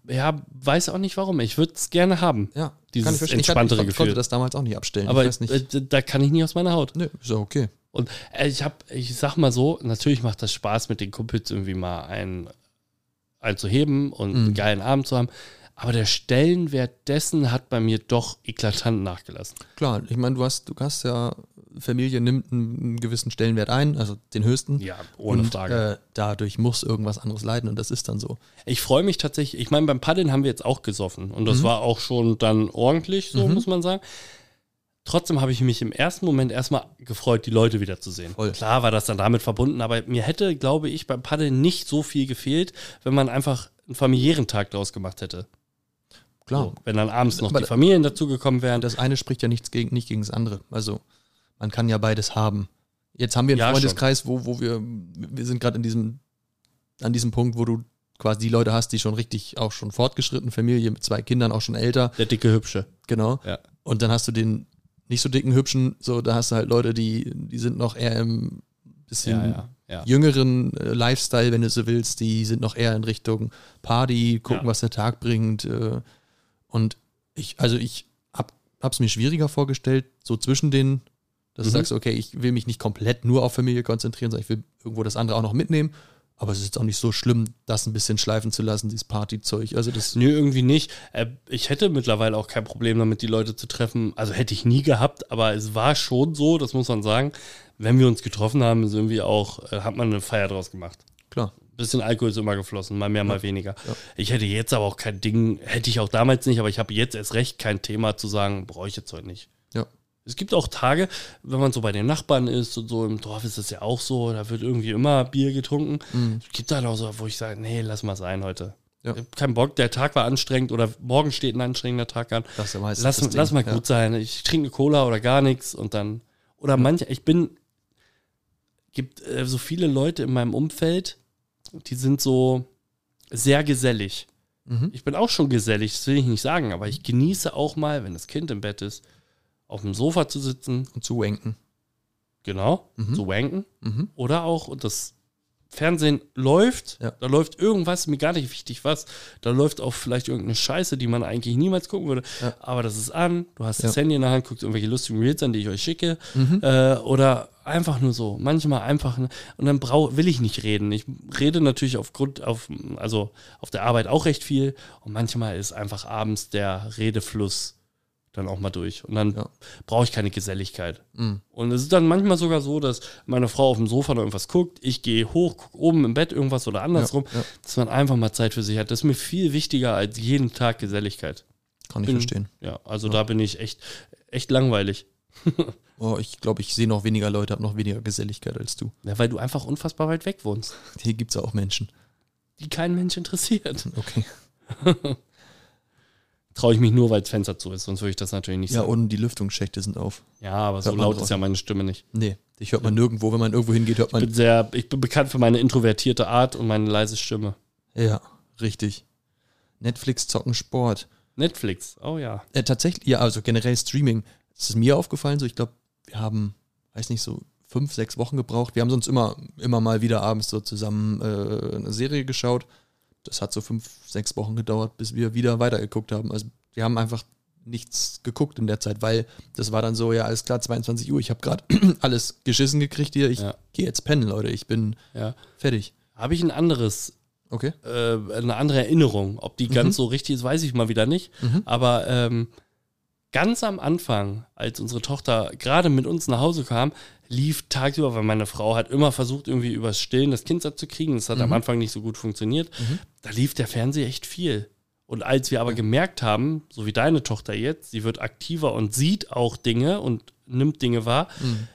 Ja, weiß auch nicht warum. Ich würde es gerne haben. Ja, Dieses kann ich verstehen. Ich, hatte- entspanntere ich konnte Gefühl. das damals auch nicht abstellen. Aber ich weiß nicht. äh, d- da kann ich nie aus meiner Haut. Nö, ist ja okay. Und äh, ich habe, ich sag mal so, natürlich macht das Spaß, mit den Kumpels irgendwie mal ein, einzuheben und Mhm. einen geilen Abend zu haben. Aber der Stellenwert dessen hat bei mir doch eklatant nachgelassen. Klar, ich meine, du hast, du hast ja, Familie nimmt einen, einen gewissen Stellenwert ein, also den höchsten. Ja, ohne und, Frage. Äh, dadurch muss irgendwas anderes leiden und das ist dann so. Ich freue mich tatsächlich. Ich meine, beim Paddeln haben wir jetzt auch gesoffen und das war auch schon dann ordentlich, so muss man sagen. Trotzdem habe ich mich im ersten Moment erstmal gefreut, die Leute wiederzusehen. Voll. Klar war das dann damit verbunden, aber mir hätte, glaube ich, beim Paddeln nicht so viel gefehlt, wenn man einfach einen familiären Tag draus gemacht hätte. Klar. So, wenn dann abends noch Aber die da- Familien dazugekommen wären. das eine spricht ja nichts gegen, nicht gegen das andere. Also man kann ja beides haben. Jetzt haben wir einen Ja, Freundeskreis, wo, wo wir, wir sind gerade in diesem, an diesem Punkt, wo du quasi die Leute hast, die schon richtig, auch schon fortgeschritten, Familie mit zwei Kindern, auch schon älter, Der dicke Hübsche. genau. Ja. Und dann hast du den nicht so dicken, hübschen, so, da hast du halt Leute, die, die sind noch eher im bisschen Ja, ja, ja. jüngeren äh, Lifestyle, wenn du so willst, die sind noch eher in Richtung Party, gucken, Ja. was der Tag bringt. Äh, und ich, also ich hab, hab's mir schwieriger vorgestellt, so zwischen den, dass Mhm. du sagst, okay, ich will mich nicht komplett nur auf Familie konzentrieren, sondern ich will irgendwo das andere auch noch mitnehmen. Aber es ist jetzt auch nicht so schlimm, das ein bisschen schleifen zu lassen, dieses Partyzeug. Also das Nö, irgendwie nicht. Äh, Ich hätte mittlerweile auch kein Problem damit, die Leute zu treffen. Also hätte ich nie gehabt, aber es war schon so, das muss man sagen. Wenn wir uns getroffen haben, ist irgendwie auch, äh, hat man eine Feier draus gemacht. klar. Bisschen Alkohol ist immer geflossen, mal mehr, mal weniger. Ja. Ich hätte jetzt aber auch kein Ding, hätte ich auch damals nicht, aber ich habe jetzt erst recht kein Thema zu sagen, brauche ich jetzt heute nicht. Ja. Es gibt auch Tage, wenn man so bei den Nachbarn ist und so im Dorf ist das ja auch so, da wird irgendwie immer Bier getrunken. Mhm. Es gibt dann auch so, wo ich sage, nee, lass mal sein heute. Ja. Ich hab keinen Bock, der Tag war anstrengend oder morgen steht ein anstrengender Tag an. Das ist ja meistens Lass, das Ding, lass mal ja. gut sein. Ich trinke eine Cola oder gar nichts und dann. Oder manche, ich bin, gibt äh, so viele Leute in meinem Umfeld, die sind so sehr gesellig. Mhm. Ich bin auch schon gesellig, das will ich nicht sagen, aber ich genieße auch mal, wenn das Kind im Bett ist, auf dem Sofa zu sitzen, Und zu wenken. genau, Mhm. zu wanken Mhm. oder auch, und das Fernsehen läuft, Ja. da läuft irgendwas, mir gar nicht wichtig was, da läuft auch vielleicht irgendeine Scheiße, die man eigentlich niemals gucken würde, Ja. aber das ist an, du hast Ja. das Handy in der Hand, guckst irgendwelche lustigen Reels an, die ich euch schicke, Mhm. äh, oder einfach nur so, manchmal einfach, ne, und dann brau will ich nicht reden, ich rede natürlich aufgrund, auf, also auf der Arbeit auch recht viel und manchmal ist einfach abends der Redefluss dann auch mal durch. Und dann Ja. brauche ich keine Geselligkeit. Mhm. Und es ist dann manchmal sogar so, dass meine Frau auf dem Sofa noch irgendwas guckt, ich gehe hoch, gucke oben im Bett irgendwas oder andersrum, ja. dass man einfach mal Zeit für sich hat. Das ist mir viel wichtiger als jeden Tag Geselligkeit. Kann ich Bin- verstehen. Ja, also da bin ich echt, echt langweilig. Oh, ich glaube, ich sehe noch weniger Leute, habe noch weniger Geselligkeit als du. Ja, weil du einfach unfassbar weit weg wohnst, Hier gibt es auch Menschen. die keinen Mensch interessiert. Okay. Traue ich mich nur, weil das Fenster zu ist, sonst würde ich das natürlich nicht Ja, sagen. und die Lüftungsschächte sind auf. Ja, aber so Hört man laut ist ja draußen. meine Stimme nicht. Nee, dich hört man nirgendwo. Wenn man irgendwo hingeht, hört Ich man. bin sehr, ich bin bekannt für meine introvertierte Art und meine leise Stimme. Ja, richtig. Netflix, Zocken, Sport. Netflix, oh ja. Äh, tatsächlich, ja, also generell Streaming. Es ist mir aufgefallen, so ich glaube, wir haben, weiß nicht, so fünf, sechs Wochen gebraucht. Wir haben sonst immer, immer mal wieder abends so zusammen äh, eine Serie geschaut. Das hat so fünf, sechs Wochen gedauert, bis wir wieder weitergeguckt haben. Also wir haben einfach nichts geguckt in der Zeit, weil das war dann so, ja, alles klar, 22 Uhr, ich habe gerade alles geschissen gekriegt hier. Ich Ja. gehe jetzt pennen, Leute, ich bin ja. fertig. Habe ich ein anderes, Okay. äh, eine andere Erinnerung. Ob die ganz so richtig ist, weiß ich mal wieder nicht. Mhm. Aber ähm, ganz am Anfang, als unsere Tochter gerade mit uns nach Hause kam, lief tagsüber, weil meine Frau hat immer versucht, irgendwie übers Stillen das Kind satt zu kriegen. Das hat am Anfang nicht so gut funktioniert. Da lief der Fernseher echt viel. Und als wir aber gemerkt haben, so wie deine Tochter jetzt, sie wird aktiver und sieht auch Dinge und nimmt Dinge wahr,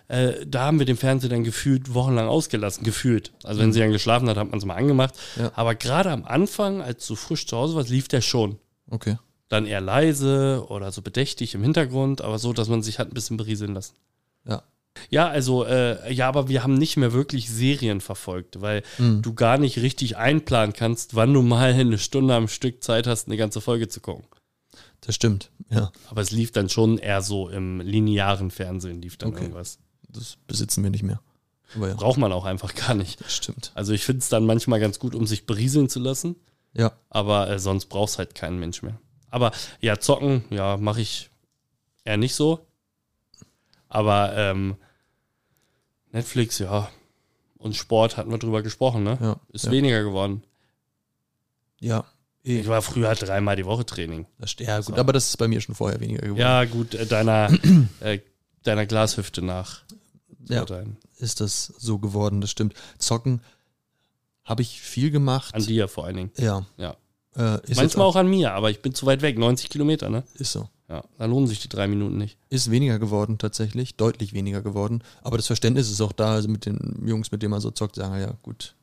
äh, da haben wir den Fernseher dann gefühlt wochenlang ausgelassen, gefühlt. Also wenn sie dann geschlafen hat, hat man es mal angemacht. Mhm. Ja. Aber gerade am Anfang, als du frisch zu Hause warst, lief der schon Okay. dann eher leise oder so bedächtig im Hintergrund, aber so, dass man sich hat ein bisschen berieseln lassen. Ja. Ja, also, äh, ja, aber wir haben nicht mehr wirklich Serien verfolgt, weil Mhm. du gar nicht richtig einplanen kannst, wann du mal eine Stunde am Stück Zeit hast, eine ganze Folge zu gucken. Das stimmt. Ja. Aber es lief dann schon eher so im linearen Fernsehen, lief dann Okay. irgendwas. Das besitzen wir nicht mehr. Aber ja. Braucht man auch einfach gar nicht. Das stimmt. Also, ich finde es dann manchmal ganz gut, um sich berieseln zu lassen, Ja. aber äh, sonst braucht es halt keinen Mensch mehr. Aber ja, zocken, ja, mache ich eher nicht so. Aber ähm, Netflix, ja. Und Sport hatten wir drüber gesprochen, ne? Ja. Ist ja. weniger geworden. Ja. Eh, Ich war früher dreimal die Woche Training. das st- ja, gut, So. aber das ist bei mir schon vorher weniger geworden. Ja, gut, äh, deiner, äh, deiner Glashüfte nach. Ja, Urteilen. ist das so geworden, das stimmt. Zocken habe ich viel gemacht. An dir vor allen Dingen. ja. Ja. Äh, ist jetzt Manchmal auch an mir, aber ich bin zu weit weg. 90 Kilometer, ne? Ist so. Ja, da lohnen sich die drei Minuten nicht. Ist weniger geworden tatsächlich, deutlich weniger geworden. Aber das Verständnis ist auch da, also mit den Jungs, mit denen man so zockt, sagen, ja gut,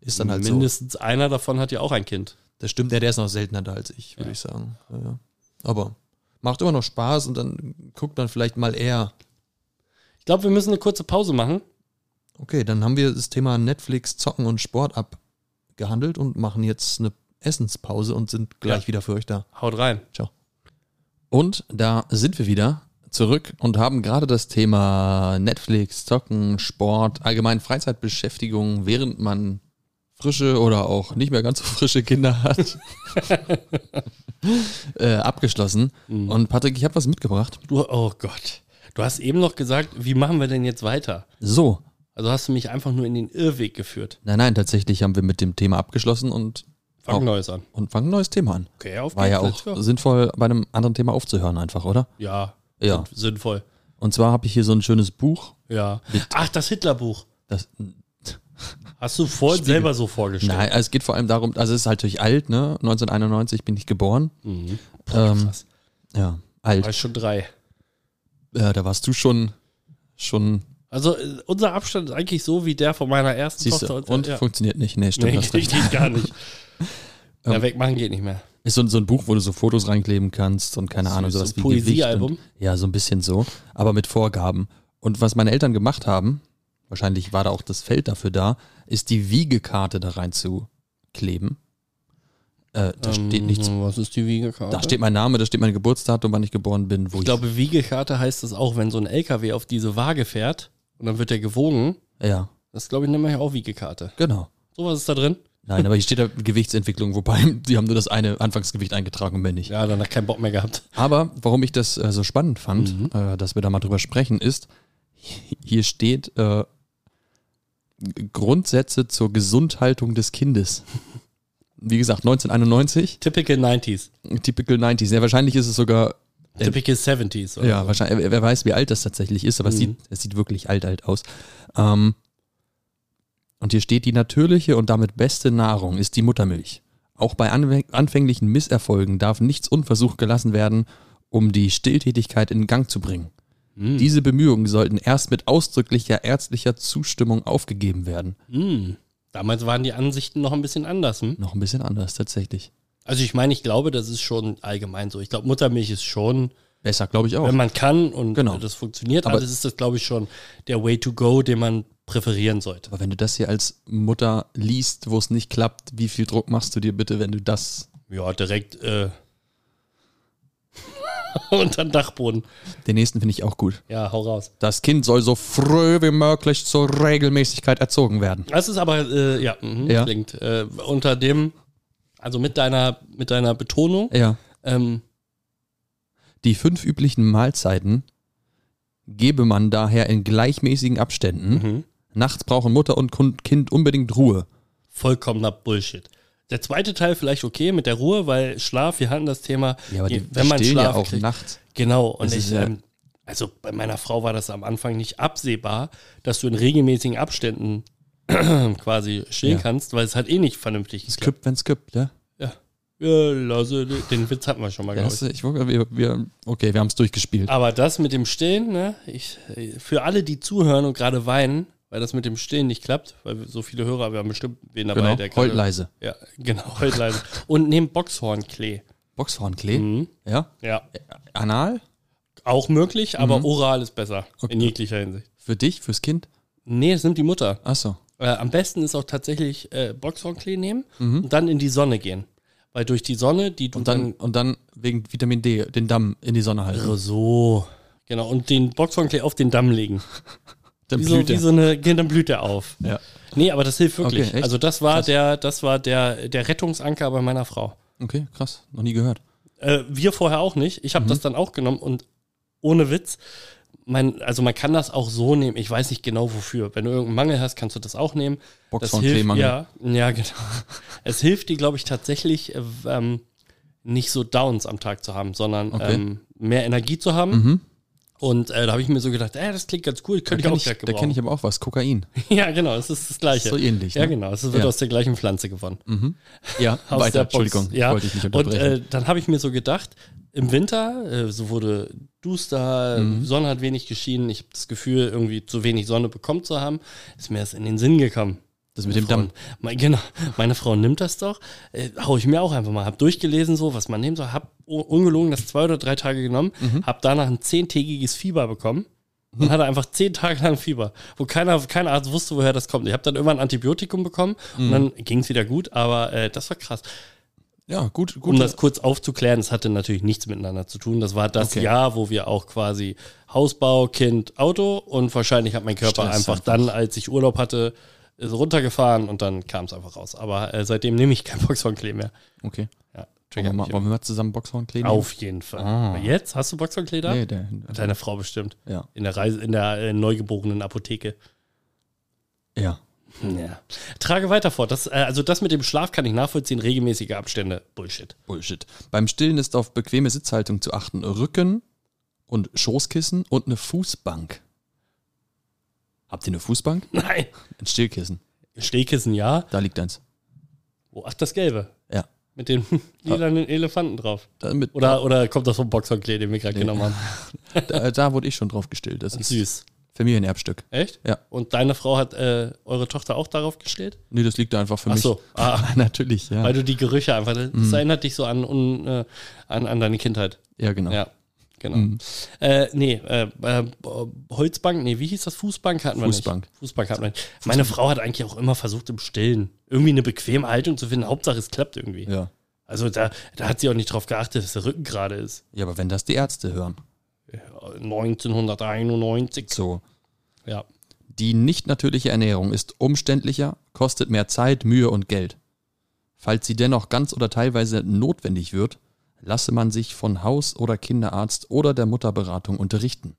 ist dann halt Mindestens einer davon hat ja auch ein Kind. so. Das stimmt, ja, der ist noch seltener da als ich, würde Ja. ich sagen. Ja, ja. Aber macht immer noch Spaß und dann guckt man vielleicht mal eher Ich glaube, wir müssen eine kurze Pause machen. Okay, dann haben wir das Thema Netflix, Zocken und Sport abgehandelt und machen jetzt eine Essenspause und sind gleich Ja. wieder für euch da. Haut rein. Und da sind wir wieder zurück und haben gerade das Thema Netflix, Zocken, Sport, allgemein Freizeitbeschäftigung, während man frische oder auch nicht mehr ganz so frische Kinder hat, äh, abgeschlossen. Und Patrick, ich habe was mitgebracht. Du, oh Gott. Du hast eben noch gesagt, wie machen wir denn jetzt weiter? So, Also hast du mich einfach nur in den Irrweg geführt. nein, nein, tatsächlich haben wir mit dem Thema abgeschlossen und, Fang Oh. Neues an. und fangen ein neues Thema an. Okay, auf War ja geht's, auch let's go. sinnvoll, bei einem anderen Thema aufzuhören, einfach, oder? Ja, Ja. sind- sinnvoll. Und zwar habe ich hier so ein schönes Buch. Ja. Ach, das Hitlerbuch. Das, Hast du vorhin Spiegel. selber so vorgestellt? nein, also es geht vor allem darum, also es ist halt natürlich alt, ne? 1991 bin ich geboren. Mhm. Ähm, krass. ja, War alt. ich schon drei. Ja, da warst du schon, schon, Also äh, unser Abstand ist eigentlich so wie der von meiner ersten siehst du, Tochter. und ja. funktioniert nicht. Nee, stimmt, nee, hast geht, recht. geht gar nicht. ja, Ähm, wegmachen geht nicht mehr. Ist so, so ein Buch, wo du so Fotos reinkleben kannst und keine Süß, Ahnung, so sowas ein wie Gewicht Poesiealbum. und- Ja, so ein bisschen so, aber mit Vorgaben. Und was meine Eltern gemacht haben, wahrscheinlich war da auch das Feld dafür da, ist die Wiegekarte da reinzukleben. Äh, Ähm, da steht nichts. Was ist die Wiegekarte? Da steht mein Name, da steht mein Geburtsdatum, wann ich geboren bin, wo ich. Ich glaube, Wiegekarte heißt das auch, wenn so ein LKW auf diese Waage fährt und dann wird der gewogen. Ja, Das glaube ich nämlich auch Wiegekarte. genau. Sowas ist da drin? Nein, aber hier steht da Gewichtsentwicklung, wobei die haben nur das eine Anfangsgewicht eingetragen und mehr nicht. Ja, danach keinen Bock mehr gehabt. Aber warum ich das äh, so spannend fand, äh, dass wir da mal drüber sprechen, ist, hier steht äh, Grundsätze zur Gesundhaltung des Kindes. Wie gesagt, 1991, Typical 90s. typical 90s. Ja, wahrscheinlich ist es sogar Typical 70s. oder Ja, so. wahrscheinlich. Wer- Wer weiß, wie alt das tatsächlich ist, aber es, Mhm. sieht, es sieht wirklich alt, alt aus. Ähm, und hier steht, die natürliche und damit beste Nahrung ist die Muttermilch. Auch bei anwe- anfänglichen Misserfolgen darf nichts unversucht gelassen werden, um die Stilltätigkeit in Gang zu bringen. Mhm. Diese Bemühungen sollten erst mit ausdrücklicher ärztlicher Zustimmung aufgegeben werden. Mhm. Damals waren die Ansichten noch ein bisschen anders. Hm? Noch ein bisschen anders tatsächlich. Also ich meine, ich glaube, das ist schon allgemein so. Ich glaube, Muttermilch ist schon, Besser, glaube ich auch. wenn man kann und Oh. Genau. das funktioniert, Aber- aber alles ist das, glaube ich, schon der Way to go, den man präferieren sollte. Aber wenn du das hier als Mutter liest, wo es nicht klappt, wie viel Druck machst du dir bitte, wenn du das, Ja, direkt äh, unter den Dachboden. den nächsten finde ich auch gut. Ja, hau raus. Das Kind soll so früh wie möglich zur Regelmäßigkeit erzogen werden. Das ist aber, äh, ja, mhm, Ja. klingt äh, unter dem, also mit deiner, mit deiner Betonung, Ja. ähm, Die fünf üblichen Mahlzeiten gebe man daher in gleichmäßigen Abständen. mhm. Nachts brauchen Mutter und Kun- Kind unbedingt Ruhe. vollkommener Bullshit. Der zweite Teil vielleicht okay mit der Ruhe, weil Schlaf, wir hatten das Thema, je- stillen Schlaf ja auch kriegt- nachts. Genau, und Es ich, ist äh, ja- ähm, also bei meiner Frau war das am Anfang nicht absehbar, dass du in regelmäßigen Abständen quasi stillen Ja. kannst, weil es halt eh nicht vernünftig Es ist. kippt, wenn es kippt, ne? ja. Ja. ja, lasse, den Witz hatten wir schon mal, ja glaube hast ich. du- ich, wir, wir, okay, wir haben es durchgespielt. Aber das mit dem Stillen, ne, ich, für alle, die zuhören und gerade weinen, weil das mit dem Stillen nicht klappt, weil wir so viele Hörer, wir haben bestimmt wen dabei, Genau, der heult gerade- leise. Ja, genau, heult leise. Und neben Boxhornklee. Boxhornklee, Mhm. ja. Ja, Anal, auch möglich, aber Mhm. oral ist besser, in Okay. jeglicher Hinsicht. für dich, fürs Kind. Nee, es nimmt die Mutter. Achso, Äh, am besten ist auch tatsächlich äh, Boxhornklee nehmen Mhm. und dann in die Sonne gehen. Weil durch die Sonne, die du und dann, und dann wegen Vitamin D den Damm in die Sonne halten. dann so. Genau, und den Boxhornklee auf den Damm legen. Dann Wie so, blüht wie er. so eine, genau, dann blüht er auf. Ja. Nee, aber das hilft wirklich. Okay, echt? also das war Krass. der, das war der, der Rettungsanker bei meiner Frau. Okay, krass, noch nie gehört. Äh, wir vorher auch nicht. Ich habe Mhm. das dann auch genommen und ohne Witz, mein, also man kann das auch so nehmen. Ich weiß nicht genau wofür. Wenn du irgendeinen Mangel hast, kannst du das auch nehmen. Box Das von hilft, Kleemann. ja, ja, genau. Es hilft dir, glaube ich, tatsächlich äh, ähm, nicht so Downs am Tag zu haben, sondern Okay. ähm, mehr Energie zu haben. Mhm. Und äh, da habe ich mir so gedacht, äh, das klingt ganz cool, Da könnte ich kenne auch ich, direkt da kenn ich aber auch was, Kokain. gebrauchen. Ja, genau, es ist das Gleiche. So ähnlich, ja, ne? genau, es wird Ja. aus der gleichen Pflanze gewonnen. Mhm. Ja, Aus der weiter, Box, Entschuldigung, ja. ich wollte dich nicht Und äh, unterbrechen. dann habe ich mir so gedacht, im Winter, äh, so wurde duster, Mhm. Sonne hat wenig geschienen, ich habe das Gefühl, irgendwie zu wenig Sonne bekommen zu haben, ist mir das in den Sinn gekommen. das mit dem Frau- Damm. Mein, genau, meine Frau nimmt das doch. Äh, hau ich mir auch einfach mal. Hab durchgelesen, so, was man nehmen soll. Hab u- ungelogen das zwei oder drei Tage genommen. Mhm. Hab danach ein zehntägiges Fieber bekommen. Und hatte einfach zehn Tage lang Fieber, wo keiner, kein Arzt wusste, woher das kommt. Ich habe dann irgendwann ein Antibiotikum bekommen Mhm. und dann ging es wieder gut, aber äh, das war krass. Ja, gut, gut. Um das kurz aufzuklären, es hatte natürlich nichts miteinander zu tun. Das war das Okay. Jahr, wo wir auch quasi Hausbau, Kind, Auto und wahrscheinlich hat mein Körper Stress einfach, einfach. dann, als ich Urlaub hatte, ist runtergefahren und dann kam es einfach raus. Aber äh, seitdem nehme ich kein Boxhornklee mehr. okay. Ja, Wollen wir, triggert mal, mich wollen wir mal zusammen Boxhorn kleben? auf jeden Fall. Ah. Aber Jetzt hast du Boxhornklee da? Nee, der, Deine Frau bestimmt. ja. In der Reise, in der äh, neugeborenen Apotheke. ja. Ja. Trage weiter fort. Das, äh, also das mit dem Schlaf kann ich nachvollziehen. Regelmäßige Abstände. Bullshit. Bullshit. Beim Stillen ist auf bequeme Sitzhaltung zu achten. Rücken und Schoßkissen und eine Fußbank. Habt ihr eine Fußbank? Nein. Ein Stillkissen. Stehkissen ja. Da liegt eins. Oh, ach, das Gelbe. Ja. Mit den lilanen Elefanten drauf. Da, mit, Oder, oder kommt das vom Boxhornklee, den wir gerade Nee. genommen haben? da, da wurde ich schon drauf gestillt. Das ist Süß. Familienerbstück. Echt? Ja. Und deine Frau hat äh, eure Tochter auch darauf gestellt? Nee, das liegt da einfach für Ach mich. so. Ah, Natürlich, ja. Mhm. weil du die Gerüche einfach, das erinnert dich so an, un, äh, an, an deine Kindheit. Ja, Mhm. genau. Ja, genau. Äh, nee, äh, äh, Holzbank, nee, wie hieß das? Fußbank hatten wir Fußbank. nicht. Fußbank hatten wir nicht. Meine Frau hat eigentlich auch immer versucht im Stillen irgendwie eine bequeme Haltung zu finden. Hauptsache es klappt irgendwie. Ja. Also da, da hat sie auch nicht drauf geachtet, dass der Rücken gerade ist. ja, aber wenn das die Ärzte hören. 1991. So. Ja. Die nicht natürliche Ernährung ist umständlicher, kostet mehr Zeit, Mühe und Geld. Falls sie dennoch ganz oder teilweise notwendig wird, lasse man sich von Haus- oder Kinderarzt oder der Mutterberatung unterrichten.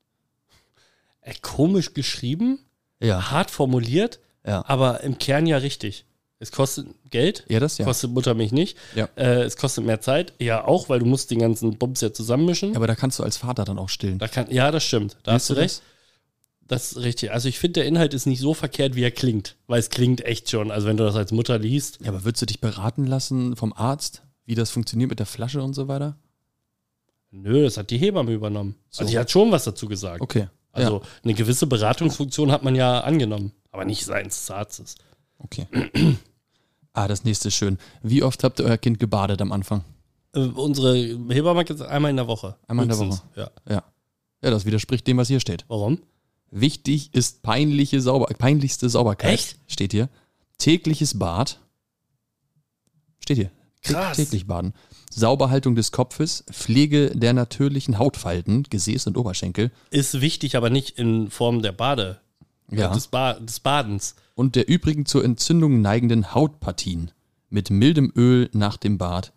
Äh, Komisch geschrieben, Ja, hart formuliert, Ja. aber im Kern ja richtig. Es kostet Geld. Ja, das ja. Kostet Muttermilch nicht. Ja. Äh, es kostet mehr Zeit. Ja, auch, weil du musst den ganzen Bums ja zusammenmischen. Ja, aber da kannst du als Vater dann auch stillen. Da kann, ja, das stimmt. Da Willst hast du das? recht. Das ist richtig. Also ich finde, der Inhalt ist nicht so verkehrt, wie er klingt. Weil es klingt echt schon. Also wenn du das als Mutter liest, Ja, aber würdest du dich beraten lassen vom Arzt, wie das funktioniert mit der Flasche und so weiter? nö, das hat die Hebamme übernommen. So. Also die hat schon was dazu gesagt. Okay. Also eine gewisse Beratungsfunktion hat man ja angenommen. Aber nicht seins des Arztes. Okay. ah, das nächste ist schön. Wie oft habt ihr euer Kind gebadet am Anfang? Äh, unsere Hebamme hat jetzt einmal in der Woche. Einmal in der Woche. Ja. Ja. Ja, das widerspricht dem, was hier steht. Warum? Wichtig ist peinliche Sauber peinlichste Sauberkeit. Echt? Steht hier. Tägliches Bad. Steht hier. Tä- Krass. Täglich baden. Sauberhaltung des Kopfes, Pflege der natürlichen Hautfalten, Gesäß und Oberschenkel. Ist wichtig, aber nicht in Form der Bade, Ja. des, ba des Badens. und der übrigen zur Entzündung neigenden Hautpartien mit mildem Öl nach dem Bad.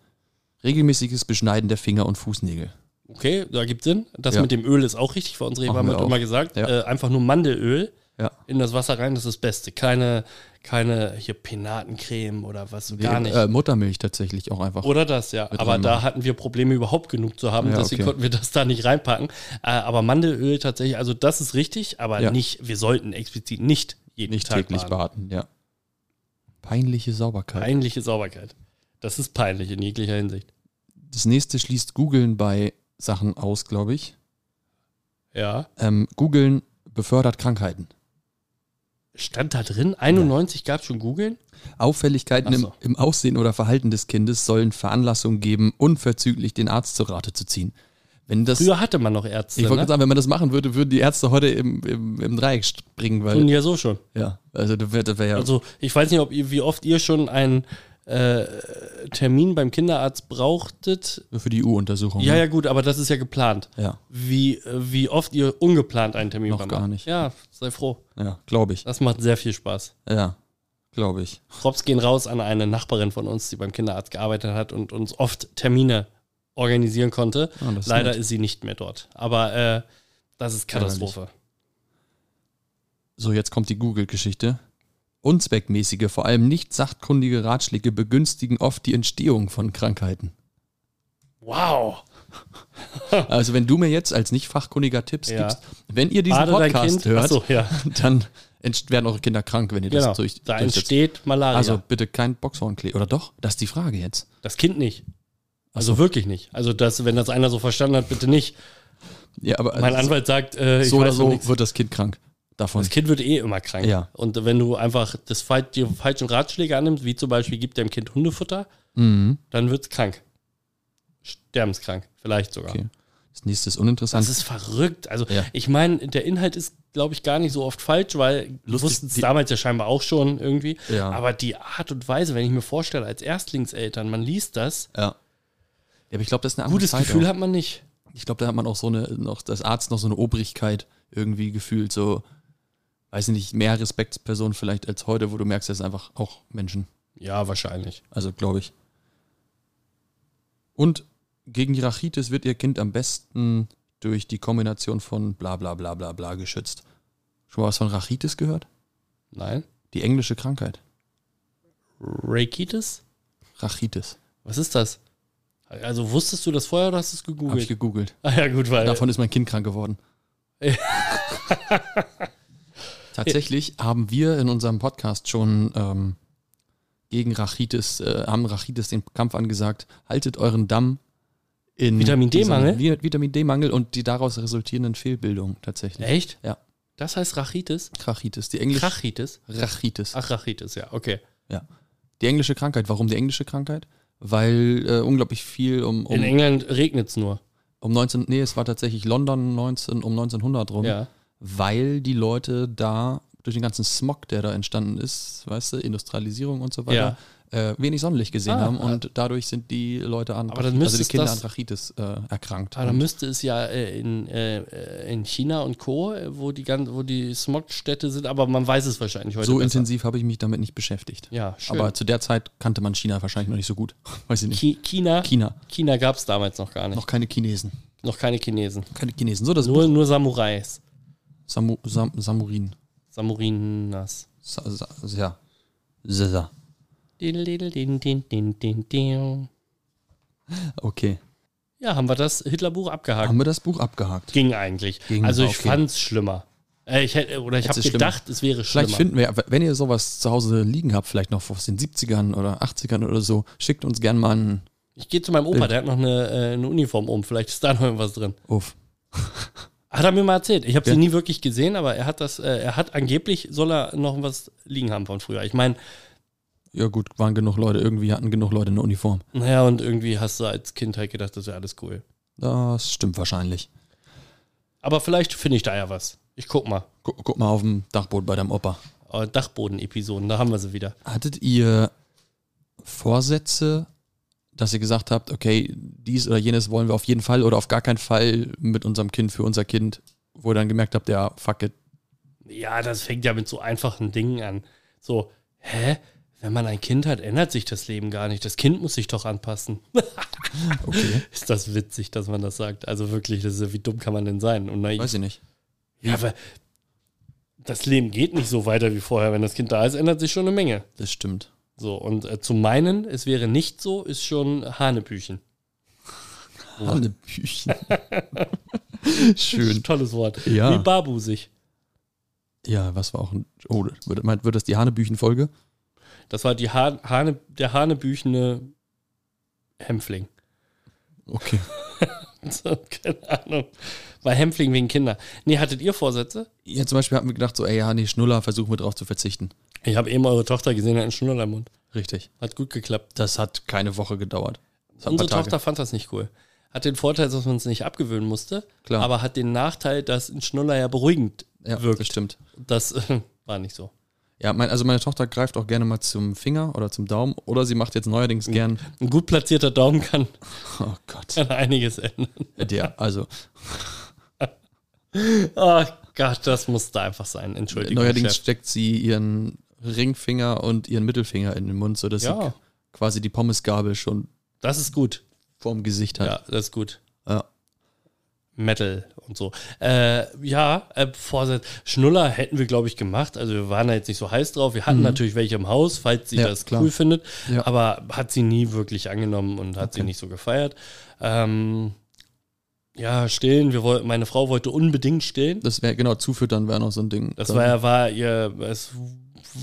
Regelmäßiges Beschneiden der Finger und Fußnägel. Okay, da gibt Sinn. Das Ja. mit dem Öl ist auch richtig. Bei unserer Hebamme wir hat auch. immer gesagt, Ja. äh, einfach nur Mandelöl Ja. in das Wasser rein, das ist das Beste. Keine, keine hier Penatencreme oder was, so gar nicht. Äh, Muttermilch tatsächlich auch einfach. Oder das, ja. Mit Aber reinmachen. da hatten wir Probleme, überhaupt genug zu haben. Ja, deswegen okay. konnten wir das da nicht reinpacken. Äh, aber Mandelöl tatsächlich, also das ist richtig, aber Ja. nicht, wir sollten explizit nicht jeden nicht Tag täglich baden. baden. ja. Peinliche Sauberkeit. Peinliche Sauberkeit. Das ist peinlich in jeglicher Hinsicht. Das nächste schließt Googeln bei Sachen aus, glaube ich. Ja. Ähm, Googeln befördert Krankheiten. Stand da drin, 91 gab es schon googeln? Auffälligkeiten Ach so. im, im Aussehen oder Verhalten des Kindes sollen Veranlassung geben, unverzüglich den Arzt zur Rate zu ziehen. Wenn das Früher hatte man noch Ärzte. Ich wollte ne? gerade sagen, wenn man das machen würde, würden die Ärzte heute im, im, im Dreieck springen, Tun weil. die ja so schon. Ja, also das wäre wär ja. Also ich weiß nicht, ob ihr, wie oft ihr schon einen äh, Termin beim Kinderarzt brauchtet. für die U-Untersuchung. Ja, ne? ja, gut, aber das ist ja geplant. Ja, Wie, äh, wie oft ihr ungeplant einen Termin Noch beim gar Arzt- nicht. Ja, sei froh. ja glaube ich. Das macht sehr viel Spaß. Ja, glaube ich. Props gehen raus an eine Nachbarin von uns, die beim Kinderarzt gearbeitet hat und uns oft Termine organisieren konnte. Ah, das ist Leider nett. ist sie nicht mehr dort. Aber äh, das ist Katastrophe. So, jetzt kommt die Google-Geschichte. Unzweckmäßige, vor allem nicht sachkundige Ratschläge begünstigen oft die Entstehung von Krankheiten. Wow. Also, wenn du mir jetzt als nicht fachkundiger Tipps Ja. gibst, wenn ihr diesen Bade dein Podcast Kind. hört, Achso, ja. dann entst- werden eure Kinder krank, wenn ihr Genau. das durch, da durchsetzt. entsteht Malaria. Also, bitte kein Boxhorn kleben. Oder doch? Das ist die Frage jetzt. Das Kind nicht. Also wirklich nicht. Also das, wenn das einer so verstanden hat, bitte nicht. Ja, aber Mein Anwalt sagt, äh, ich Also so oder weiß noch so nichts. wird das Kind krank davon. Das Kind wird eh immer krank. Ja. Und wenn du einfach das, fal- die falschen Ratschläge annimmst, wie zum Beispiel gibt deinem Kind Hundefutter, Mhm. dann wird es krank. Sterbenskrank, vielleicht sogar. Okay. Das nächste ist Das uninteressant. ist verrückt. Also Ja. ich meine, der Inhalt ist, glaube ich, gar nicht so oft falsch, weil wir Lustig, wussten es die- damals ja scheinbar auch schon irgendwie. Ja. Aber die Art und Weise, wenn ich mir vorstelle, als Erstlingseltern, man liest das, ja. ja, aber ich glaube, das ist eine andere gutes Zeit Gefühl auch. hat man nicht. Ich glaube, da hat man auch so eine, noch das Arzt noch so eine Obrigkeit irgendwie gefühlt, so, weiß ich nicht, mehr Respektsperson vielleicht als heute, wo du merkst, das sind einfach auch Menschen. Ja, wahrscheinlich. Also, glaube ich. Und gegen die Rachitis wird ihr Kind am besten durch die Kombination von bla bla bla bla bla geschützt. Schon mal was von Rachitis gehört? Nein. Die englische Krankheit. Rakitis? Rachitis. Was ist das? Also wusstest du das vorher oder hast du es Habe gegoogelt? ich gegoogelt. Ah ja, gut, weil Davon ist mein Kind krank geworden. Tatsächlich haben wir in unserem Podcast schon ähm, gegen Rachitis, äh, haben Rachitis den Kampf angesagt, haltet euren Damm in Vitamin D-Mangel? diesem Vi- Vitamin D-Mangel und die daraus resultierenden Fehlbildungen tatsächlich. Echt? Ja. Das heißt Rachitis? Rachitis, die englische Krachitis? Rachitis. Ach, Rachitis, ja, okay. Die englische Krankheit. Warum die englische Krankheit? Weil äh, unglaublich viel um, In um, England regnet es nur. um 19, nee, es war tatsächlich London 19, um 1900 rum. Ja. weil die Leute da durch den ganzen Smog, der da entstanden ist, weißt du, Industrialisierung und so weiter, äh, wenig Sonnenlicht gesehen Ah, haben und dadurch sind die Leute an, Aber dann also die müsstest Kinder das- an Rachitis äh, erkrankt. Aber Ah, dann Und- müsste es ja äh, in, äh, in China und Co., äh, wo die, gan- wo die Smogstädte sind, aber man weiß es wahrscheinlich heute so besser. intensiv habe ich mich damit nicht beschäftigt. Ja, schön. Aber zu der Zeit kannte man China wahrscheinlich noch nicht so gut. Weiß ich nicht. Chi China, China, China. gab es damals noch gar nicht. Noch Noch, keine Chinesen. keine Chinesen. Keine Chinesen. So, das Nur, nur Samurais. Samu, Sam, Samurin. Samurinas. Sa, sa, ja. Sa, sa. Ja, Okay. haben wir das Hitlerbuch abgehakt. Haben wir das Buch abgehakt? Ging eigentlich. Ging, also ich okay. fand's schlimmer. Äh, ich hätte, oder ich Hättest habe du schlimmer- gedacht, es wäre schlimmer. Vielleicht finden wir, wenn ihr sowas zu Hause liegen habt, vielleicht noch aus den 70ern oder 80ern oder so, schickt uns gern mal einen ich gehe zu meinem Opa, der hat noch eine, äh, eine Uniform um. Vielleicht ist da noch irgendwas drin. Uff. Hat er mir mal erzählt. Ich habe Ja. sie nie wirklich gesehen, aber er hat das, äh, er hat angeblich, soll er noch was liegen haben von früher. Ich meine, Ja gut, waren genug Leute, irgendwie hatten genug Leute eine Uniform. naja, und irgendwie hast du als Kind halt gedacht, das wäre alles cool. Das stimmt wahrscheinlich. Aber vielleicht finde ich da ja was. Ich guck mal. Gu guck mal auf dem Dachboot bei deinem Opa. Äh, Dachboden-Episoden, da haben wir sie wieder. Hattet ihr Vorsätze, dass ihr gesagt habt, okay, dies oder jenes wollen wir auf jeden Fall oder auf gar keinen Fall mit unserem Kind, für unser Kind, wo ihr dann gemerkt habt, ja, fuck it. Ja, das fängt ja mit so einfachen Dingen an. So, hä? Wenn man ein Kind hat, ändert sich das Leben gar nicht. Das Kind muss sich doch anpassen. Okay. Ist das witzig, dass man das sagt? Also wirklich, das ist, ja- wie dumm kann man denn sein? Und naiv. Weiß ich nicht. Ja, aber das Leben geht nicht so weiter wie vorher. Wenn das Kind da ist, ändert sich schon eine Menge. Das stimmt. So, und äh, zu meinen, es wäre nicht so, ist schon Hanebüchen. Hanebüchen. Schön. Tolles Wort. Ja. Wie Babu sich. Ja, was war auch ein. Oh, wird, meint- wird das die Hanebüchen-Folge? Das war die ha Hane, der Hanebüchene Hämpfling. Okay. So, keine Ahnung. War Hämpfling wegen Kinder. Nee, hattet ihr Vorsätze? Ja, zum Beispiel hatten wir gedacht, so, ey, ja, nee, Schnuller, versuchen wir drauf zu verzichten. Ich habe eben eure Tochter gesehen, hat einen Schnuller im Mund. Richtig. Hat gut geklappt. Das hat keine Woche gedauert. Das hat ein Unsere paar Tage. Tochter fand das nicht cool. Hat den Vorteil, dass man es nicht abgewöhnen musste, Klar. aber hat den Nachteil, dass ein Schnuller ja beruhigend ja, wirkt. Das stimmt. Das äh, war nicht so. Ja, mein, also meine Tochter greift auch gerne mal zum Finger oder zum Daumen oder sie macht jetzt Uh. neuerdings gern. Ein gut platzierter Daumen kann, Oh Gott. kann einiges ändern. Ja, also Oh Gott, das musste einfach sein. Entschuldigung. neuerdings Chef. steckt sie ihren Ringfinger und ihren Mittelfinger in den Mund, sodass Ja. sie quasi die Pommesgabel schon Das ist gut. vorm Gesicht Ja, hat. das ist gut. Ja. Metal und so. Äh, ja, äh, Vorsatz. Schnuller hätten wir, glaube ich, gemacht. Also wir waren da jetzt nicht so heiß drauf. Wir hatten natürlich welche im Haus, falls sie Mhm. Ja, das klar. cool findet. Ja. Aber hat sie nie wirklich angenommen und hat sie nicht so gefeiert. Ähm, ja, stillen. Wir wollten, meine Frau wollte unbedingt stillen. Das wäre, genau, zufüttern wäre noch so ein Ding. Das Dann- war, war ihr, es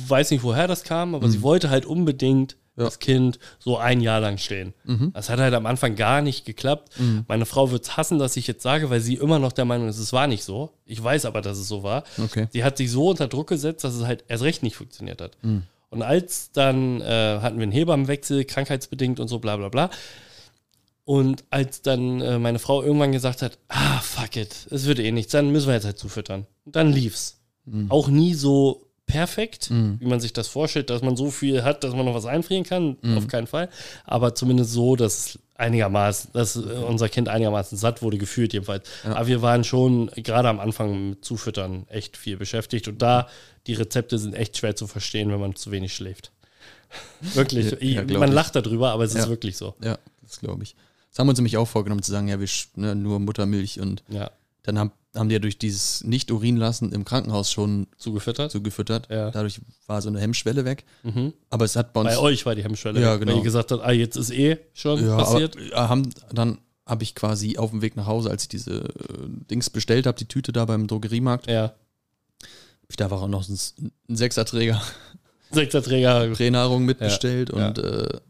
weiß nicht, woher das kam, aber sie wollte halt unbedingt Mhm. Ja. Mhm. das Kind so ein Jahr lang stehen. Das hat halt am Anfang gar nicht geklappt. Meine Frau wird es hassen, dass ich jetzt sage, weil sie immer noch der Meinung ist, es war nicht so. Ich weiß aber, dass es so war. Okay. Sie hat sich so unter Druck gesetzt, dass es halt erst recht nicht funktioniert hat. Mhm. Und als dann äh, hatten wir einen Hebammenwechsel, krankheitsbedingt und so, bla bla bla. Und als dann äh, meine Frau irgendwann gesagt hat, ah, fuck it, es wird eh nichts, dann müssen wir jetzt halt zufüttern. Und dann lief's. Mhm. Auch nie so perfekt, wie man sich das vorstellt, dass man so viel hat, dass man noch was einfrieren kann, Mhm. auf keinen Fall. Aber zumindest so, dass einigermaßen, dass äh, unser Kind einigermaßen satt wurde, gefühlt jedenfalls. Aber wir waren schon gerade am Anfang mit Zufüttern echt viel beschäftigt. Und da, die Rezepte sind echt schwer zu verstehen, wenn man zu wenig schläft. Wirklich, Ja, ja, glaub man ich. lacht darüber, aber es ist Ja. wirklich so. Ja, das glaube ich. Das haben wir uns nämlich auch vorgenommen zu sagen, ja, wir sch- ne, nur Muttermilch und Ja. dann haben, haben die ja durch dieses Nicht-Urin lassen im Krankenhaus schon Zugefüttert? zugefüttert. Ja. Mhm. Dadurch war so eine Hemmschwelle weg. Aber es hat bei uns. Bei euch war die Hemmschwelle, Ja, weg, genau. weil ihr gesagt habt, ah, jetzt ist eh schon ja, passiert. Aber, ja, haben, dann habe ich quasi auf dem Weg nach Hause, als ich diese äh, Dings bestellt habe, die Tüte da beim Drogeriemarkt, ja. hab ich da war auch noch ein, S- ein Sechserträger Sechserträger. Pränahrung mitbestellt ja. und äh,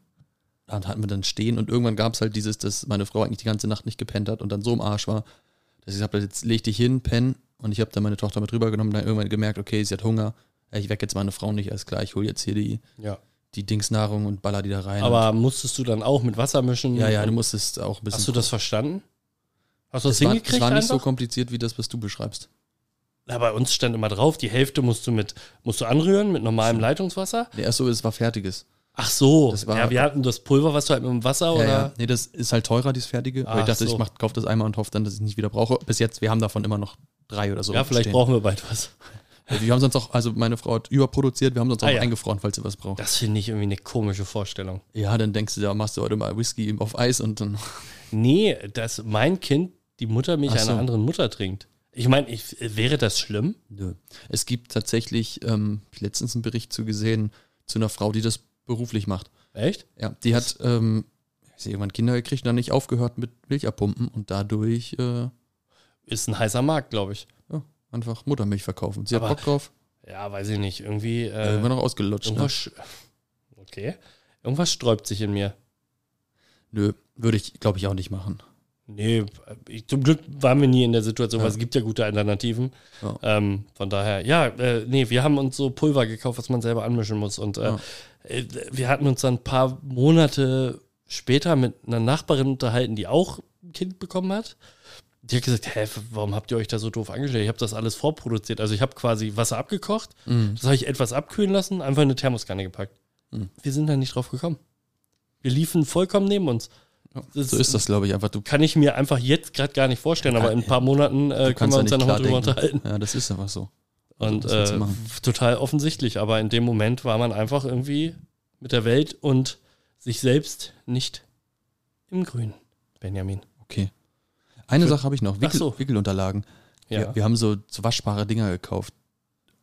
dann hatten wir dann stehen und irgendwann gab es halt dieses, dass meine Frau eigentlich die ganze Nacht nicht gepennt hat und dann so im Arsch war, dass ich gesagt habe, jetzt leg dich hin, penn und ich habe dann meine Tochter mit rübergenommen und dann irgendwann gemerkt, okay, sie hat Hunger, ich weck jetzt meine Frau nicht, alles klar, ich hole jetzt hier die, Ja. die Dingsnahrung und baller die da rein. Aber musstest du dann auch mit Wasser mischen? und, ja, ja, du musstest auch ein bisschen. Hast du das verstanden? Hast du das, das war, hingekriegt? das war nicht so einfach? kompliziert wie das, was du beschreibst. Na, bei uns stand immer drauf, die Hälfte musst du mit musst du anrühren mit normalem Leitungswasser. Nee, achso, es war fertiges. Ach so, Das war- ja, wir hatten das Pulver, was du halt mit dem Wasser Ja, oder ja. Nee, das ist halt teurer, dieses fertige. weil Ach ich dachte, so. ich mach, kauf das einmal und hoffe dann, dass ich es nicht wieder brauche. Bis jetzt, wir haben davon immer noch drei oder so. ja, vielleicht brauchen wir bald was. wir. Wir haben sonst auch, also meine Frau hat überproduziert, wir haben sonst Ah, auch ja. eingefroren, falls sie was braucht. Das finde ich irgendwie eine komische Vorstellung. Ja, dann denkst du, da machst du heute mal Whisky auf Eis und dann. Nee, dass mein Kind die Muttermilch Ach einer so. anderen Mutter trinkt. Ich meine, ich, wäre das schlimm? Nö. Es gibt tatsächlich, ähm, hab ich letztens einen Bericht zu gesehen, zu einer Frau, die das beruflich macht. Echt? Ja, die hat ähm, hat sie irgendwann Kinder gekriegt und dann nicht aufgehört mit Milch abpumpen und dadurch äh, Ist ein heißer Markt, glaube ich. ja, einfach Muttermilch verkaufen. Sie Aber, hat Bock drauf, Ja, weiß ich nicht. Irgendwie. äh, Äh, irgendwann noch ausgelutscht. Ne? irgendwas. sch- Okay. Irgendwas sträubt sich in mir. Nö, würde ich, glaube ich, auch nicht machen. Nee, ich, zum Glück waren wir nie in der Situation, weil Ja. es gibt ja gute Alternativen. Ja. Ähm, von daher, ja, äh, nee, wir haben uns so Pulver gekauft, was man selber anmischen muss. Und äh, Ja. äh, wir hatten uns dann ein paar Monate später mit einer Nachbarin unterhalten, die auch ein Kind bekommen hat. Die hat gesagt, hä, warum habt ihr euch da so doof angestellt? Ich habe das alles vorproduziert. Also ich habe quasi Wasser abgekocht, das habe ich etwas abkühlen lassen, einfach in eine Thermoskanne gepackt. Mhm. Wir sind da nicht drauf gekommen. Wir liefen vollkommen neben uns. Ja, Das- so ist das, glaube ich, einfach. Du, Kann ich mir einfach jetzt gerade gar nicht vorstellen, aber in ein paar Monaten äh, du können wir uns ja dann nochmal drüber klar denken. unterhalten. Ja, das ist einfach so. Und was willst du äh, machen? f- total offensichtlich, aber in dem Moment war man einfach irgendwie mit der Welt und sich selbst nicht im Grün, Benjamin. Okay. Eine Für- Sache habe ich noch. Wickel, so. Wickelunterlagen. Ja, Wir, wir haben so, so waschbare Dinger gekauft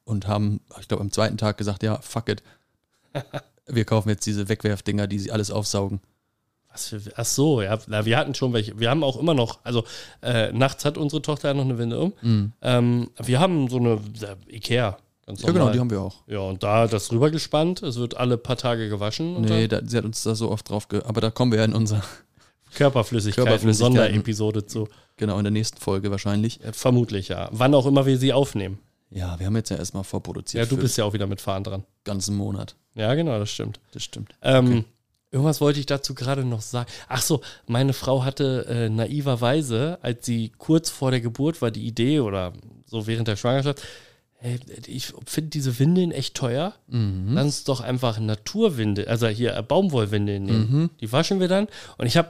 und haben, ich glaube, am zweiten Tag gesagt, ja, fuck it. Wir kaufen jetzt diese Wegwerfdinger, die sie alles aufsaugen. Was für, ach so, ja, na, wir hatten schon welche. Wir haben auch immer noch, also äh, nachts hat unsere Tochter ja noch eine Winde um. Ähm, wir haben so eine äh, Ikea. Ganz Ja, genau, normal. die haben wir auch. ja, und da das rübergespannt. Es wird alle paar Tage gewaschen. und Nee, dann- da, sie hat uns da so oft drauf, ge aber da kommen wir ja in unserer, Körperflüssigkeiten, Körperflüssigkeiten. Sonderepisode zu. genau, in der nächsten Folge wahrscheinlich. Ja, vermutlich, ja. Wann auch immer wir sie aufnehmen. Ja, wir haben jetzt ja erstmal vorproduziert Ja, du für bist ja auch wieder mit Fahren dran. den ganzen Monat. Ja, genau, das stimmt. Das stimmt. Ähm, Irgendwas wollte ich dazu gerade noch sagen. Ach so, meine Frau hatte äh, naiverweise, als sie kurz vor der Geburt war, die Idee oder so während der Schwangerschaft, hey, ich finde diese Windeln echt teuer. Mhm. Lass uns doch einfach Naturwindeln, also hier äh, Baumwollwindeln nehmen. Mhm. Die waschen wir dann. Und ich habe,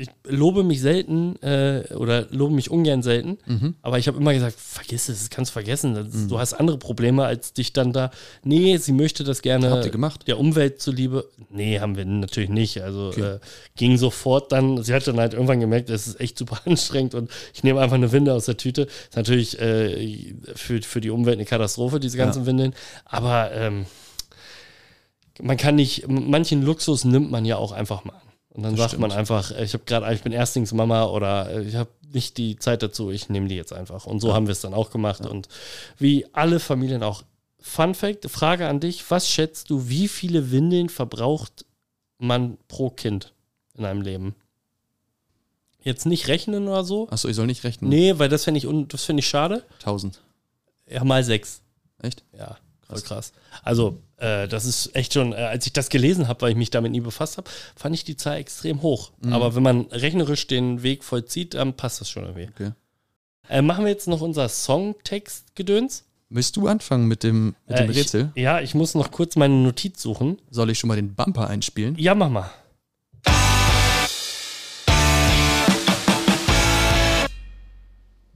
ich lobe mich selten äh, oder lobe mich ungern selten, Mhm. aber ich habe immer gesagt, vergiss es, das kannst du vergessen. Das, Du hast andere Probleme, als dich dann da. Nee, sie möchte das gerne. Habt ihr gemacht? Der Umwelt zuliebe. Nee, haben wir natürlich nicht. Also Okay. äh, ging sofort dann. Sie hat dann halt irgendwann gemerkt, es ist echt super anstrengend und ich nehme einfach eine Winde aus der Tüte. Ist natürlich äh, für, für die Umwelt eine Katastrophe, diese ganzen Windeln. Aber ähm, man kann nicht, manchen Luxus nimmt man ja auch einfach mal an. Und dann Das sagt man stimmt. einfach, äh, ich habe gerade, ich bin Erstlingsmama oder äh, ich habe nicht die Zeit dazu, ich nehme die jetzt einfach. Und so haben wir es dann auch gemacht. Und wie alle Familien auch. Fun Fact, Frage an dich, was schätzt du, wie viele Windeln verbraucht man pro Kind in einem Leben? Jetzt nicht rechnen oder so? Achso, ich soll nicht rechnen. Nee, weil das fände ich, un- das fänd ich schade. 1000. Ja, mal sechs. Echt? Ja, voll Krass. krass. Also, äh, das ist echt schon, äh, als ich das gelesen habe, weil ich mich damit nie befasst habe, fand ich die Zahl extrem hoch. Mhm. Aber wenn man rechnerisch den Weg vollzieht, dann passt das schon irgendwie. Okay. Äh, machen wir jetzt noch unser Songtext-Gedöns? Willst du anfangen mit dem, mit äh, dem Rätsel? Ich, ja, ich muss noch kurz meine Notiz suchen. Soll ich schon mal den Bumper einspielen? Ja, mach mal.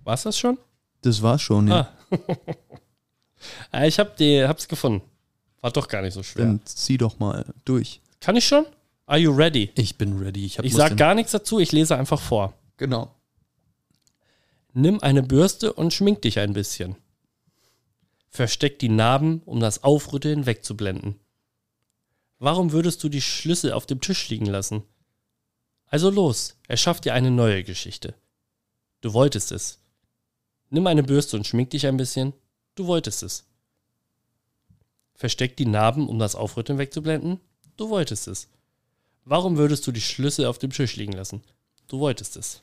War's das schon? Das war schon, Ah. Äh, ich hab die, hab's gefunden. War doch gar nicht so schwer. Dann zieh doch mal durch. Kann ich schon? Are you ready? Ich bin ready. Ich, hab, Ich muss sag den- gar nichts dazu, ich lese einfach vor. Genau. Nimm eine Bürste und schmink dich ein bisschen. Versteck die Narben, um das Aufrütteln wegzublenden. Warum würdest du die Schlüssel auf dem Tisch liegen lassen? Also los, erschaff dir eine neue Geschichte. Du wolltest es. Nimm eine Bürste und schmink dich ein bisschen. Du wolltest es. Versteck die Narben, um das Aufrütteln wegzublenden. Du wolltest es. Warum würdest du die Schlüssel auf dem Tisch liegen lassen? Du wolltest es.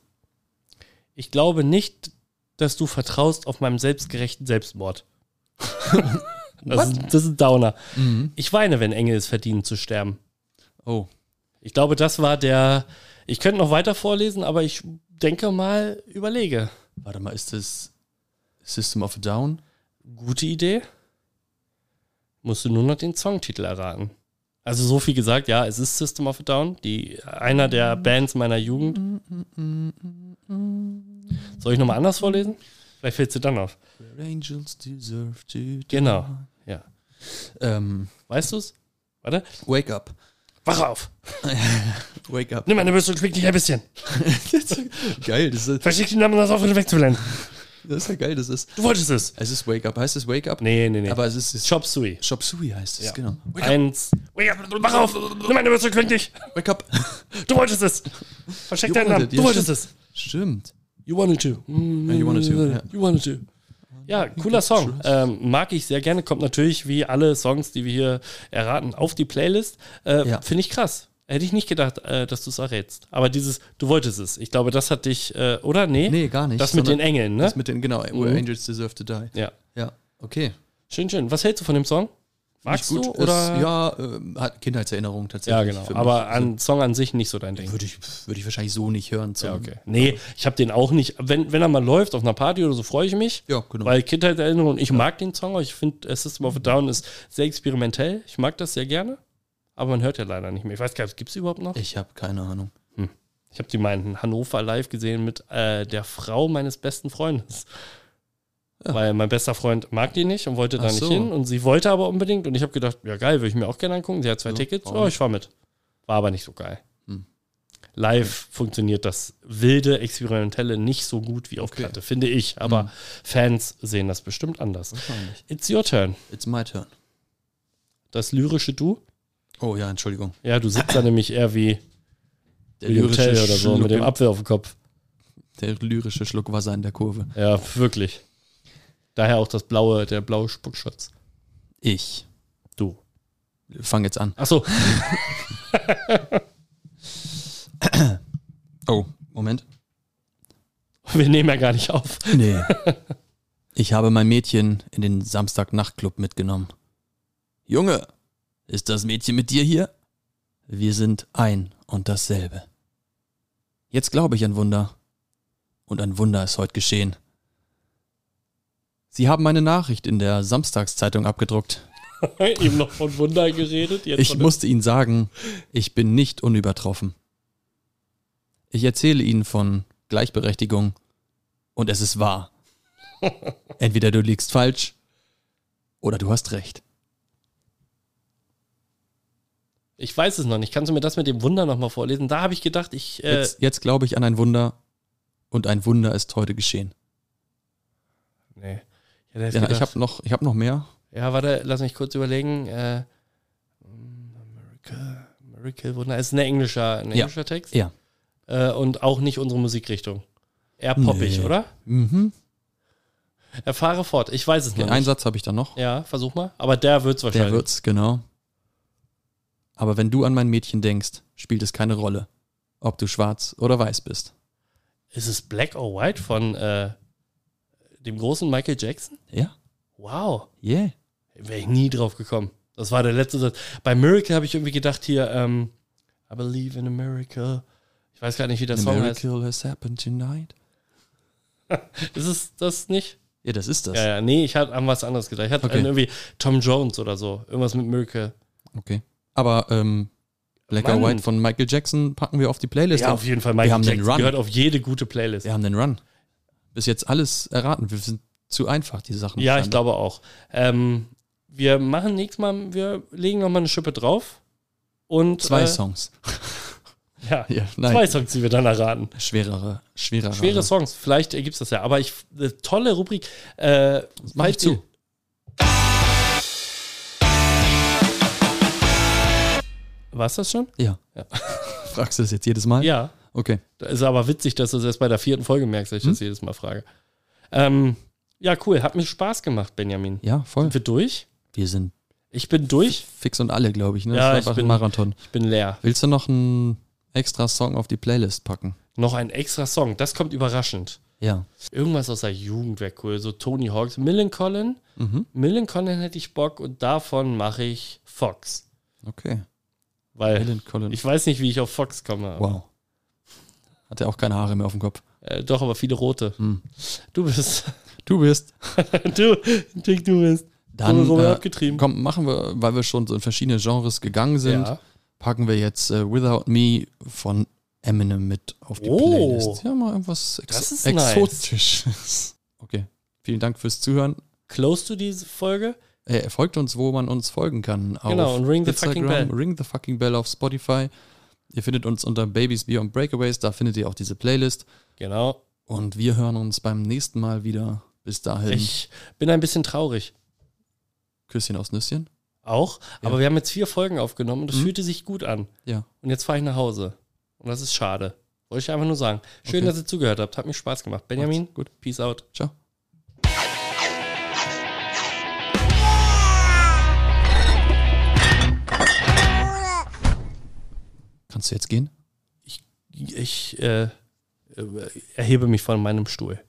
Ich glaube nicht, dass du vertraust auf meinem selbstgerechten Selbstmord. das, ist, das ist ein Downer. Mhm. Ich weine, wenn Engel es verdienen zu sterben. Oh. Ich glaube, das war der. Ich könnte noch weiter vorlesen, aber ich denke mal, überlege. Warte mal, ist das System of a Down? Gute Idee. Musst du nur noch den Songtitel erraten. Also so viel gesagt, ja, es ist System of a Down, die einer der Bands meiner Jugend. Soll ich nochmal anders vorlesen? Vielleicht fällt dir dann auf. Where angels deserve to Genau. Ja. Ähm, Weißt du es? Warte. wake up. Wach auf! Wake up. Nimm meine Bürste und schmink dich ein bisschen. geil, das ist, Versteck die Namen das auf, um wegzublenden. das ist ja geil, das ist. Du wolltest es. Es ist Wake up. Heißt es Wake up? Nee, nee, nee. Aber es ist, es Chop Sui. Shop Sui heißt es, Ja. genau. Eins. Wake, Mach auf! Nimm meine Würste, kling dich! Wake up. Du wolltest es! Versteck deinen Namen! Du wolltest es! Stimmt. You wanted to. you wanted to, ja. You wanted to. Ja, cooler Song. Ähm, mag ich sehr gerne. Kommt natürlich wie alle Songs, die wir hier erraten, auf die Playlist. Äh, Ja. Finde ich krass. Hätte ich nicht gedacht, äh, dass du es errätst. Aber dieses, du wolltest es. Ich glaube, das hat dich, äh, oder? Nee? Nee, gar nicht, Das mit den sondern Engeln, ne? Das mit den, genau, Where Angels Deserve to Die. ja. Ja, okay. Schön, schön. Was hältst du von dem Song? Magst Gut, du? ist- Oder? ja, ähm, hat Kindheitserinnerung tatsächlich. ja, genau. für mich. Aber an Song an sich nicht so dein Ding. würde ich, würde ich wahrscheinlich so nicht hören. zum- Ja, okay. Nee, ich habe den auch nicht. Wenn, wenn er mal läuft auf einer Party oder so, freue ich mich. Ja, genau. Weil Kindheitserinnerung, ich mag den Song, auch. ich finde, System of a Down ist sehr experimentell. Ich mag das sehr gerne. Aber man hört ja leider nicht mehr. Ich weiß gar nicht, gibt es überhaupt noch? Ich habe keine Ahnung. Ich habe die mal in Hannover live gesehen mit äh, der Frau meines besten Freundes. Weil mein bester Freund mag die nicht und wollte da Ach nicht so. hin. Und sie wollte aber unbedingt. Und ich habe gedacht, ja geil, würde ich mir auch gerne angucken. Sie hat zwei Ja, Tickets. warum Oh, nicht? ich fahr mit. War aber nicht so geil. Hm. Live funktioniert das wilde, experimentelle nicht so gut wie auf Okay. Hm. Platte, finde ich. Aber Fans sehen das bestimmt anders. Wahrscheinlich. It's your turn. It's my turn. Das lyrische Du. Oh ja, Entschuldigung. Ja, du sitzt da nämlich eher wie William Tell oder so mit dem Schluck, Apfel auf dem Kopf. der lyrische Schluck Wasser in der Kurve. Ja, wirklich. Daher auch das blaue, der blaue Spuckschutz. Ich Du. fang jetzt an. Achso, Oh, Moment. wir nehmen ja gar nicht auf. Nee. ich habe mein Mädchen in den Samstagnachtclub mitgenommen. Junge, ist das Mädchen mit dir hier? Wir sind ein und dasselbe. Jetzt glaube ich an Wunder. Und ein Wunder ist heute geschehen. Sie haben eine Nachricht in der Samstagszeitung abgedruckt. Eben noch von Wunder geredet. Jetzt Ich von- musste Ihnen sagen, ich bin nicht unübertroffen. Ich erzähle Ihnen von Gleichberechtigung und es ist wahr. Entweder du liegst falsch oder du hast recht. ich weiß es noch nicht. Kannst du mir das mit dem Wunder nochmal vorlesen? Da habe ich gedacht, ich. Äh, Jetzt, jetzt glaube ich an ein Wunder und ein Wunder ist heute geschehen. nee. Ja, Ja, ich habe noch, ich hab noch mehr. ja, warte, lass mich kurz überlegen. Äh, Miracle, Miracle Wunder. Ist ein englischer, ein Ja. englischer Text. Ja. Äh, und auch nicht unsere Musikrichtung. Eher poppig, Nee. oder? Mhm. Erfahre fort. Ich weiß es noch Den nicht. einen Satz habe ich dann noch. Ja, versuch mal. Aber der wird's wahrscheinlich. Der wird's, genau. Aber wenn du an mein Mädchen denkst, spielt es keine Rolle, ob du schwarz oder weiß bist. Ist es Black or White von äh, dem großen Michael Jackson? Ja? Wow, Yeah. wäre ich nie drauf gekommen. Das war der letzte Satz. Bei Miracle habe ich irgendwie gedacht hier, ähm, I believe in a miracle. Ich weiß gar nicht, wie der A Song miracle has happened tonight. heißt. Ist es das nicht? Ja, das ist das. Ja, ja, nee, ich hatte an was anderes gedacht. Ich hatte Okay. an irgendwie Tom Jones oder so. Irgendwas mit Miracle. Okay. Aber ähm, Black or Mann. White von Michael Jackson packen wir auf die Playlist. Ja, auf. auf jeden Fall. Michael haben den Jackson Run. gehört auf jede gute Playlist. Wir haben den Run. Bis jetzt alles erraten. Wir sind zu einfach, die Sachen. Ja, ich glaube auch. Ähm, wir machen nächstes Mal, wir legen nochmal eine Schippe drauf. Und, Zwei äh, Songs. Ja, Ja, zwei nein. Songs, die wir dann erraten. Schwerere, schwerere. Schwere Songs, vielleicht ergibt es das ja. Aber ich, eine tolle Rubrik. Äh, Mach ich falls ihr- zu. War es das schon? Ja. Ja. Fragst du das jetzt jedes Mal? Ja. Okay. Das ist aber witzig, dass du das erst bei der vierten Folge merkst, Hm? dass ich das jedes Mal frage. Ähm, ja, cool. Hat mir Spaß gemacht, Benjamin. Ja, voll. Sind wir durch? Wir sind Ich bin durch. fix und alle, glaube ich. Ne? Ja, war ich einfach bin- ein Marathon. Ich bin leer. Willst du noch einen extra Song auf die Playlist packen? Noch ein extra Song. Das kommt überraschend. Ja. Irgendwas aus der Jugend wäre cool. So Tony Hawks. Millencolin. Mhm. Millencolin hätte ich Bock und davon mache ich Fox. Okay. Weil Helen Collins. Äh, ich weiß nicht, wie ich auf Fox komme. aber- Wow. Hat er auch keine Haare mehr auf dem Kopf. Äh, doch, aber viele rote. Hm. Du bist. Du bist. du, Dick, du bist. Dann Wurde äh, abgetrieben. komm, machen wir, weil wir schon so in verschiedene Genres gegangen sind, Ja. packen wir jetzt äh, Without Me von Eminem mit auf die Oh. Playlist. Ja, mal irgendwas ex Das ist nice. Exotisches. Okay. Vielen Dank fürs Zuhören. Close to diese Folge. Äh, folgt uns, wo man uns folgen kann. Auf Genau, und ring the Instagram, fucking bell. Ring the fucking bell auf Spotify. Ihr findet uns unter Babies Beyond Breakaways. Da findet ihr auch diese Playlist. Genau. Und wir hören uns beim nächsten Mal wieder. Bis dahin. Ich bin ein bisschen traurig. Küsschen aus Nüsschen. auch. Aber wir haben jetzt vier Folgen aufgenommen und das fühlte sich gut an. Mhm. Ja. Und jetzt fahre ich nach Hause. Und das ist schade. Wollte ich einfach nur sagen. Schön, Okay. dass ihr zugehört habt. Hat mir Spaß gemacht. Benjamin, Macht's gut. Peace out. Ciao. Kannst du jetzt gehen? Ich äh, äh, erhebe mich von meinem Stuhl.